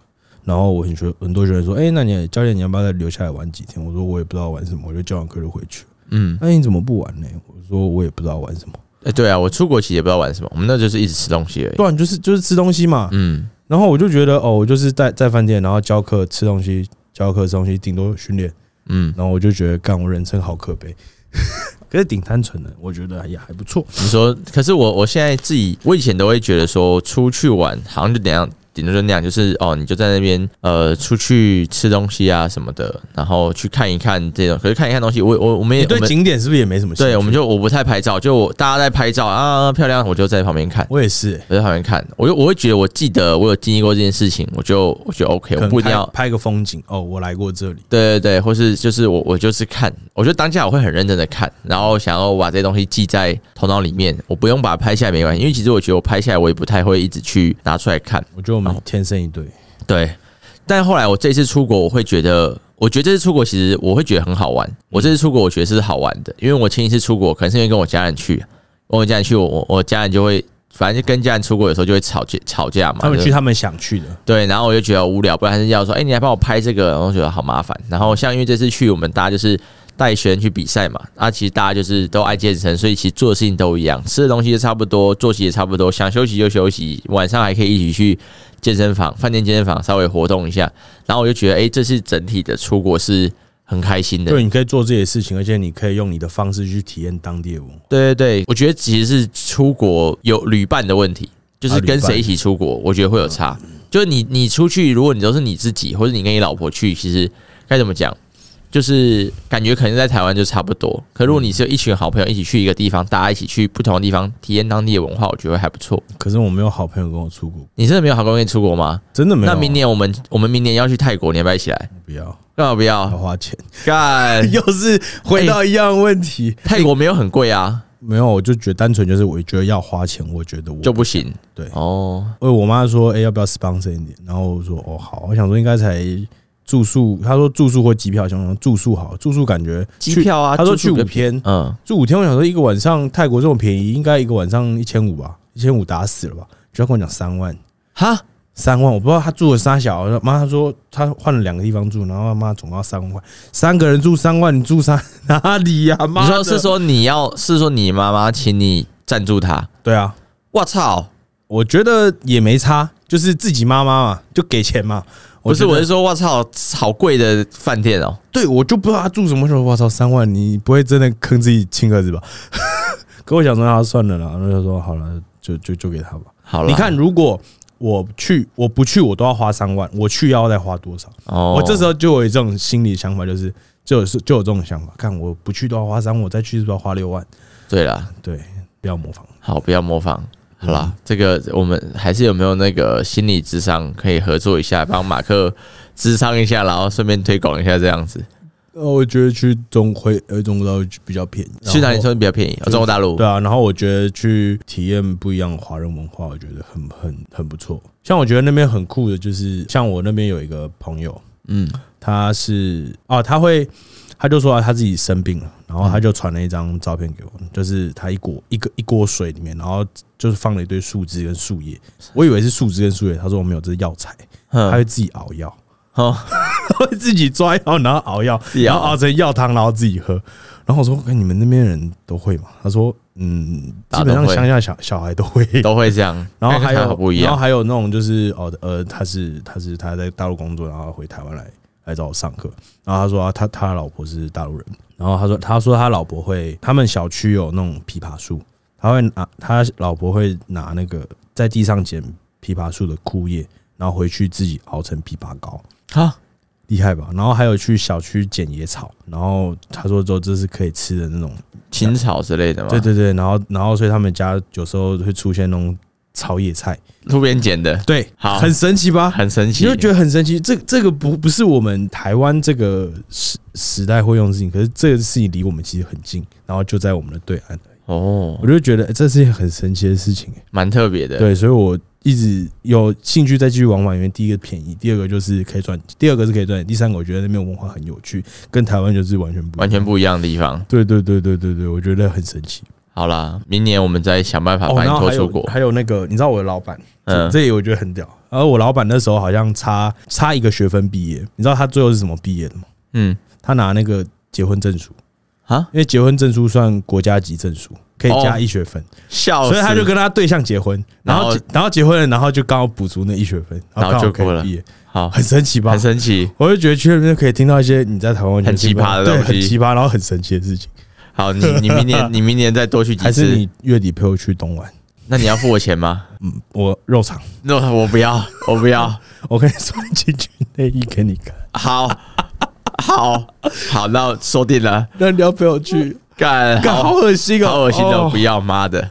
S2: 然后我很学很多学生说，诶，那你教练你要不要再留下来玩几天？我说我也不知道玩什么，我就教完课就回去。
S1: 嗯，
S2: 那、你怎么不玩呢？我说我也不知道玩什么，
S1: 哎，对啊，我出国其实也不知道玩什么，我们那就是一直吃东西而已。
S2: 对啊，你就是就是吃东西嘛。
S1: 嗯，
S2: 然后我就觉得哦，我就是在在饭店，然后教课吃东西，教课吃东西，顶多训练。
S1: 嗯，
S2: 然后我就觉得，干我人生好可悲。 可是挺单纯的，我觉得也还不错。
S1: 你说，可是我我现在自己，我以前都会觉得说出去玩好像就那样，顶多就那样，就是哦，你就在那边呃出去吃东西啊什么的，然后去看一看这种。可是看一看东西，我我我们也
S2: 你对
S1: 我们
S2: 景点是不是也没什么兴趣？
S1: 对，我们就我不太拍照，就我大家在拍照啊漂亮，我就在旁边看。
S2: 我也是、欸
S1: 我在旁边看，我就我会觉得我记得我有经历过这件事情，我就我觉得 OK，
S2: 可
S1: 我
S2: 能
S1: 不一定
S2: 拍
S1: 要
S2: 拍个风景哦，我来过这里。
S1: 对对对，或是就是我我就是看，我觉得当下我会很认真的看，然后想要把这些东西记在头脑里面，我不用把它拍下来没关系，因为其实我觉得我拍下来我也不太会一直去拿出来看，
S2: 我觉得我
S1: 哦
S2: 们天生一对，
S1: 对。但后来我这次出国，我会觉得，我觉得这次出国其实我会觉得很好玩。我这次出国，我觉得是好玩的，因为我前一次出国，可能是因为跟我家人去，跟我家人去，我我我家人就会，反正就跟家人出国，有时候就会吵架吵架嘛。
S2: 他们
S1: 就
S2: 去他们想去的，
S1: 对，然后我就觉得无聊，不然还是要说，哎、你来帮我拍这个，然后觉得好麻烦。然后像因为这次去，我们大家就是带学生去比赛嘛，啊，其实大家就是都爱健身，所以其实做的事情都一样，吃的东西也差不多，作息也差不多，想休息就休息，晚上还可以一起去健身房、饭店健身房稍微活动一下。然后我就觉得，哎、这次整体的出国是很开心的。
S2: 对，你可以做自己的事情，而且你可以用你的方式去体验当地的文化。
S1: 对对对，我觉得其实是出国有旅伴的问题，就是
S2: 啊旅
S1: 跟谁
S2: 伴
S1: 一起出国，我觉得会有差。就是你你出去，如果你都是你自己，或者你跟你老婆去，其实该怎么讲，就是感觉可能在台湾就差不多。可如果你是有一群好朋友一起去一个地方，大家一起去不同的地方体验当地的文化，我觉得还不错。
S2: 可是我没有好朋友跟我出国，
S1: 你真的没有好跟你出国吗？
S2: 真的没有。
S1: 那明年我们我们明年要去泰国，你要不要一起来？
S2: 不要
S1: 干嘛不
S2: 要
S1: 要？
S2: 花钱，
S1: 干
S2: 又是回到一样问题。
S1: 泰国没有很贵啊，
S2: 没有，我就觉得单纯就是我觉得要花钱，我觉得我
S1: 就不行
S2: 对
S1: 哦。
S2: 呃，我妈说，哎、要不要 sponsor 一点？然后我说，哦，好。我想说，应该才住宿，她说住宿或机票，想说住宿好，住宿感觉
S1: 机
S2: 去
S1: 票啊
S2: 她说
S1: 住宿
S2: 去
S1: 比
S2: 五
S1: 较
S2: 天，
S1: 嗯，
S2: 住五天，我想说一个晚上泰国这么便宜，应该一个晚上一千五吧，一千五打死了吧？就要跟我讲三万，
S1: 哈，
S2: 三万，我不知道她住了啥小，我说妈，她说她换了两个地方住，然后妈总要三万，三个人住三 万，你住啥哪里呀、妈
S1: 你
S2: 的，
S1: 说是说你要是说你妈妈请你赞助她？
S2: 对啊，
S1: 我操！
S2: 我觉得也没差，就是自己妈妈嘛，就给钱嘛。
S1: 不是，
S2: 觉得
S1: 我是说，我操，好贵的饭店哦、
S2: 对，我就不知道他住什么时候。我操，三万，你不会真的坑自己亲儿 子吧？跟我讲说，啊，算了啦，然后就说好了，就就就给他吧。
S1: 好了，
S2: 你看，如果我去，我不去，我都要花三万，我去要再花多少？
S1: 哦，
S2: 我这时候就有一种心理想法，就是就有就有这种想法，看我不去都要花三万，我再去是不是要花六万？
S1: 对了，
S2: 对，不要模仿。
S1: 好，不要模仿。好啦，
S2: 嗯
S1: 这个我们还是有没有那个心理智商可以合作一下，帮马克智商一下，然后顺便推广一下这样子。
S2: 呃，我觉得去中回呃中国大陆比较便宜，
S1: 去哪里算比较便宜？哦中国大陆
S2: 对。啊，然后我觉得去体验不一样的华人文化，我觉得很很很不错。像我觉得那边很酷的，就是像我那边有一个朋友，
S1: 嗯，
S2: 他是哦，他会他就说、啊、他自己生病了，然后他就传了一张照片给我，
S1: 嗯
S2: 就是他一锅一个一锅水里面，然后就是放了一堆树枝跟树叶，我以为是树枝跟树叶，他说我没有，这是药材，他
S1: 哼
S2: 会自己熬药。
S1: 嗯 哦，
S2: 他会自己抓药，然后熬药，
S1: 自己熬
S2: 然后熬成药汤，然后自己喝。然后我说：“跟你们那边人都会吗？”他说：“嗯，
S1: 大
S2: 基
S1: 家都
S2: 本
S1: 会
S2: 上乡下小小孩都会。
S1: 都会这 样。
S2: 然后
S1: 看
S2: 还
S1: 看
S2: 有
S1: 好不一
S2: 然后
S1: 样，
S2: 还有那种就是哦呃，他是他是他在大陆工作，然后回台湾来来找我上课。然后他说、啊、他他老婆是大陆人，然后他说他说他老婆会，他们小区有那种枇杷树，他会拿他老婆会拿那个在地上捡枇杷树的枯叶，然后回去自己熬成枇杷膏，
S1: 好，
S2: 厉害吧？然后还有去小区捡野草，然后他说之后这是可以吃的那种，
S1: 青草之类的嘛，
S2: 对对对，然后然后所以他们家有时候会出现那种炒野菜，
S1: 路边捡的，
S2: 对，
S1: 好
S2: 很神奇吧？
S1: 很神奇，
S2: 你会觉得很神奇，这这个不不是我们台湾这个时时代会用的事情，可是这个事情离我们其实很近，然后就在我们的对岸，
S1: 哦
S2: 我，就觉得欸这是一件很神奇的事情、欸
S1: 蛮特别的，
S2: 对，所以我一直有兴趣再继续往返，因为第一个便宜，第二个就是可以赚，第二个是可以赚钱，第三个我觉得那边文化很有趣，跟台湾就是完全不一样
S1: 完全。不一样的地方。
S2: 对对对对对对，我觉得很神奇。
S1: 好啦，明年我们再想办法
S2: 哦，
S1: 啊把你
S2: 然后
S1: 拖
S2: 还
S1: 出
S2: 有
S1: 国。
S2: 还有那个，你知道我的老板，
S1: 嗯
S2: 嗯，这也我觉得很屌。而我老板那时候好像差差一个学分毕业，你知道他最后是怎么毕业的吗？
S1: 嗯，
S2: 他拿那个结婚证书，
S1: 啊，
S2: 因为结婚证书算国家级证书，可以
S1: 哦
S2: 加一学分，
S1: 笑死，
S2: 所以他就跟他对象结婚，然后
S1: 然后
S2: 结然后结婚了，然后就刚好补足那一学分，
S1: 然后
S2: 刚好
S1: 就
S2: 可以
S1: 过了
S2: 毕业
S1: 好，
S2: 很神奇吧
S1: 很？神奇。
S2: 我就觉得去那边可以听到一些你在台湾完全
S1: 很奇
S2: 听不到
S1: 葩的
S2: 对，
S1: 东西
S2: 很奇葩，然后很神奇的事情。
S1: 好，你你明 年你明年再多去几
S2: 还是
S1: 次，
S2: 你月底陪我去东莞？
S1: 那你要付我钱吗？
S2: 嗯，我肉场，
S1: 那我不要，我不要。
S2: 我 可以穿进去内衣给你看。
S1: 好，好，好，那说定了。
S2: 那你要陪我去？
S1: 干，
S2: 干，好恶心哦，
S1: 好恶心的，
S2: 哦
S1: 不要妈的。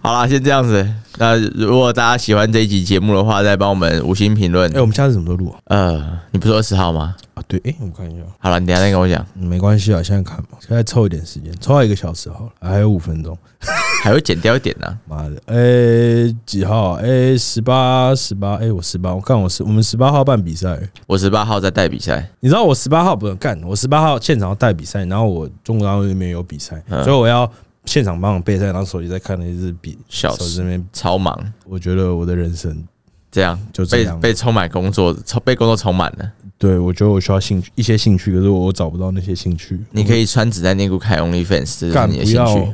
S1: 好啦，先这样子。那如果大家喜欢这一集节目的话，再帮我们五星评论
S2: 哎、。我们下次什么时候录啊？
S1: 呃，你不是二十号吗？
S2: 啊，对，哎、我看一下，
S1: 好了，你等一下再跟我讲，
S2: 嗯没关系啊，现在看嘛，现在凑一点时间，凑到一个小时好了，还有五分钟。
S1: 还会剪掉一点呢、
S2: 妈的，哎、几号？哎、十八，十八，哎，我十八，我干，我十，我们十八号办比赛，
S1: 我十八号在带比赛，
S2: 你知道我十八号不能干，我十八号现场要带比赛，然后我中国大陆那边有比赛，
S1: 嗯
S2: 所以我要现场帮我备赛，然后手机在看那支比，
S1: 笑
S2: 手
S1: 死
S2: 机那边，
S1: 超忙，
S2: 我觉得我的人生，
S1: 这样
S2: 就这
S1: 被
S2: 样嗯
S1: 被充满工作，充被工作充满了。
S2: 对我觉得我需要兴趣一些兴趣，可是我我找不到那些兴趣，
S1: 你可以穿子弹内裤开 OnlyFans，这是
S2: 干
S1: 你的
S2: 不
S1: 兴
S2: 要
S1: 趣。，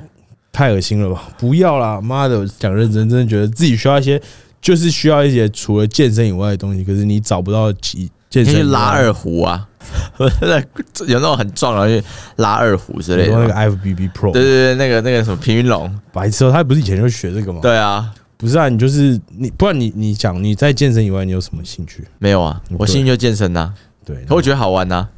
S2: 太恶心了吧？不要啦，妈的，讲认真，真的觉得自己需要一些，就是需要一些除了健身以外的东西，可是你找不到几健
S1: 你可以
S2: 身
S1: 去
S2: 以
S1: 拉
S2: 外的
S1: 二胡啊， 有那种很壮，然后去拉二胡之类
S2: 你
S1: 的
S2: 说那个
S1: 嘛。
S2: FBB
S1: 对
S2: Pro，
S1: 对对，那个那个什么平云龙，
S2: 白痴哦，他不是以前就学这个吗？
S1: 对啊，
S2: 不是啊，你就是你，不然你你讲你在健身以外，你有什么兴趣？
S1: 没有啊，
S2: 嗯
S1: 我
S2: 对嗯
S1: 兴趣就健身呐、
S2: 对，
S1: 可我觉得好玩啊呐、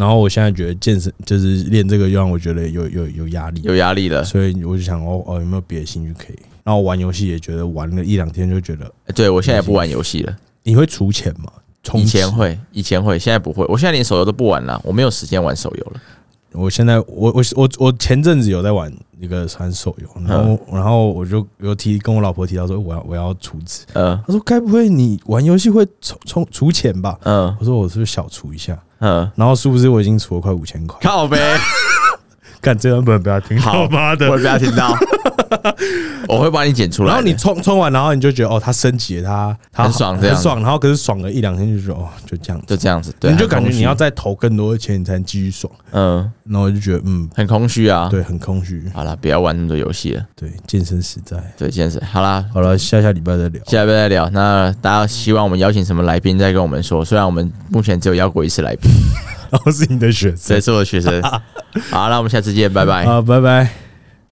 S2: 然后我现在觉得健身就是练这个，又让我觉得有有有压力，
S1: 有压力了。
S2: 所以我就想哦哦，有没有别的兴趣可以？然后玩游戏也觉得玩了一两天就觉得，
S1: 对我现在也不玩游戏了，
S2: 你会出钱吗？充
S1: 以
S2: 值
S1: 前，会，以前会，现在不会。我现在连手游都不玩了，我没有时间玩手游了。
S2: 我现在我我我我前阵子有在玩一个三手游，
S1: 嗯
S2: 然后、然后我就有提跟我老婆提到说哎我要我要储值，
S1: 呃
S2: 她说该不会你玩游戏会充充储钱吧？
S1: 嗯
S2: 我说我是不是小储一下，
S1: 嗯，
S2: 然后是不是我已经储了快五千块？
S1: 靠 呗。
S2: 干这段不能不要听，
S1: 好
S2: 他妈的
S1: 我！不要听 到，我会帮你剪出来的。
S2: 然后你冲冲完，然后你就觉得哦，它升级了，它它
S1: 很爽这样
S2: 很爽。然后可是爽了一两天就觉得哦，就这样子，
S1: 就这样子，对，
S2: 你就感觉
S1: 很空虚
S2: 你要再投更多的钱，你才能继续爽。
S1: 嗯，
S2: 然后我就觉得嗯，
S1: 很空虚啊。，
S2: 对，很空虚，
S1: 好了，不要玩那么多游戏了。
S2: 对，健身实在。
S1: 对，先生，好啦，
S2: 好了，下下礼拜再聊。
S1: 下一位再聊。那大家希望我们邀请什么来宾，再跟我们说。虽然我们目前只有邀过一次 来宾，
S2: 然后是你的学
S1: 这
S2: 生，
S1: 是我的学生。好，那我们下次见，拜拜。
S2: 好，拜拜。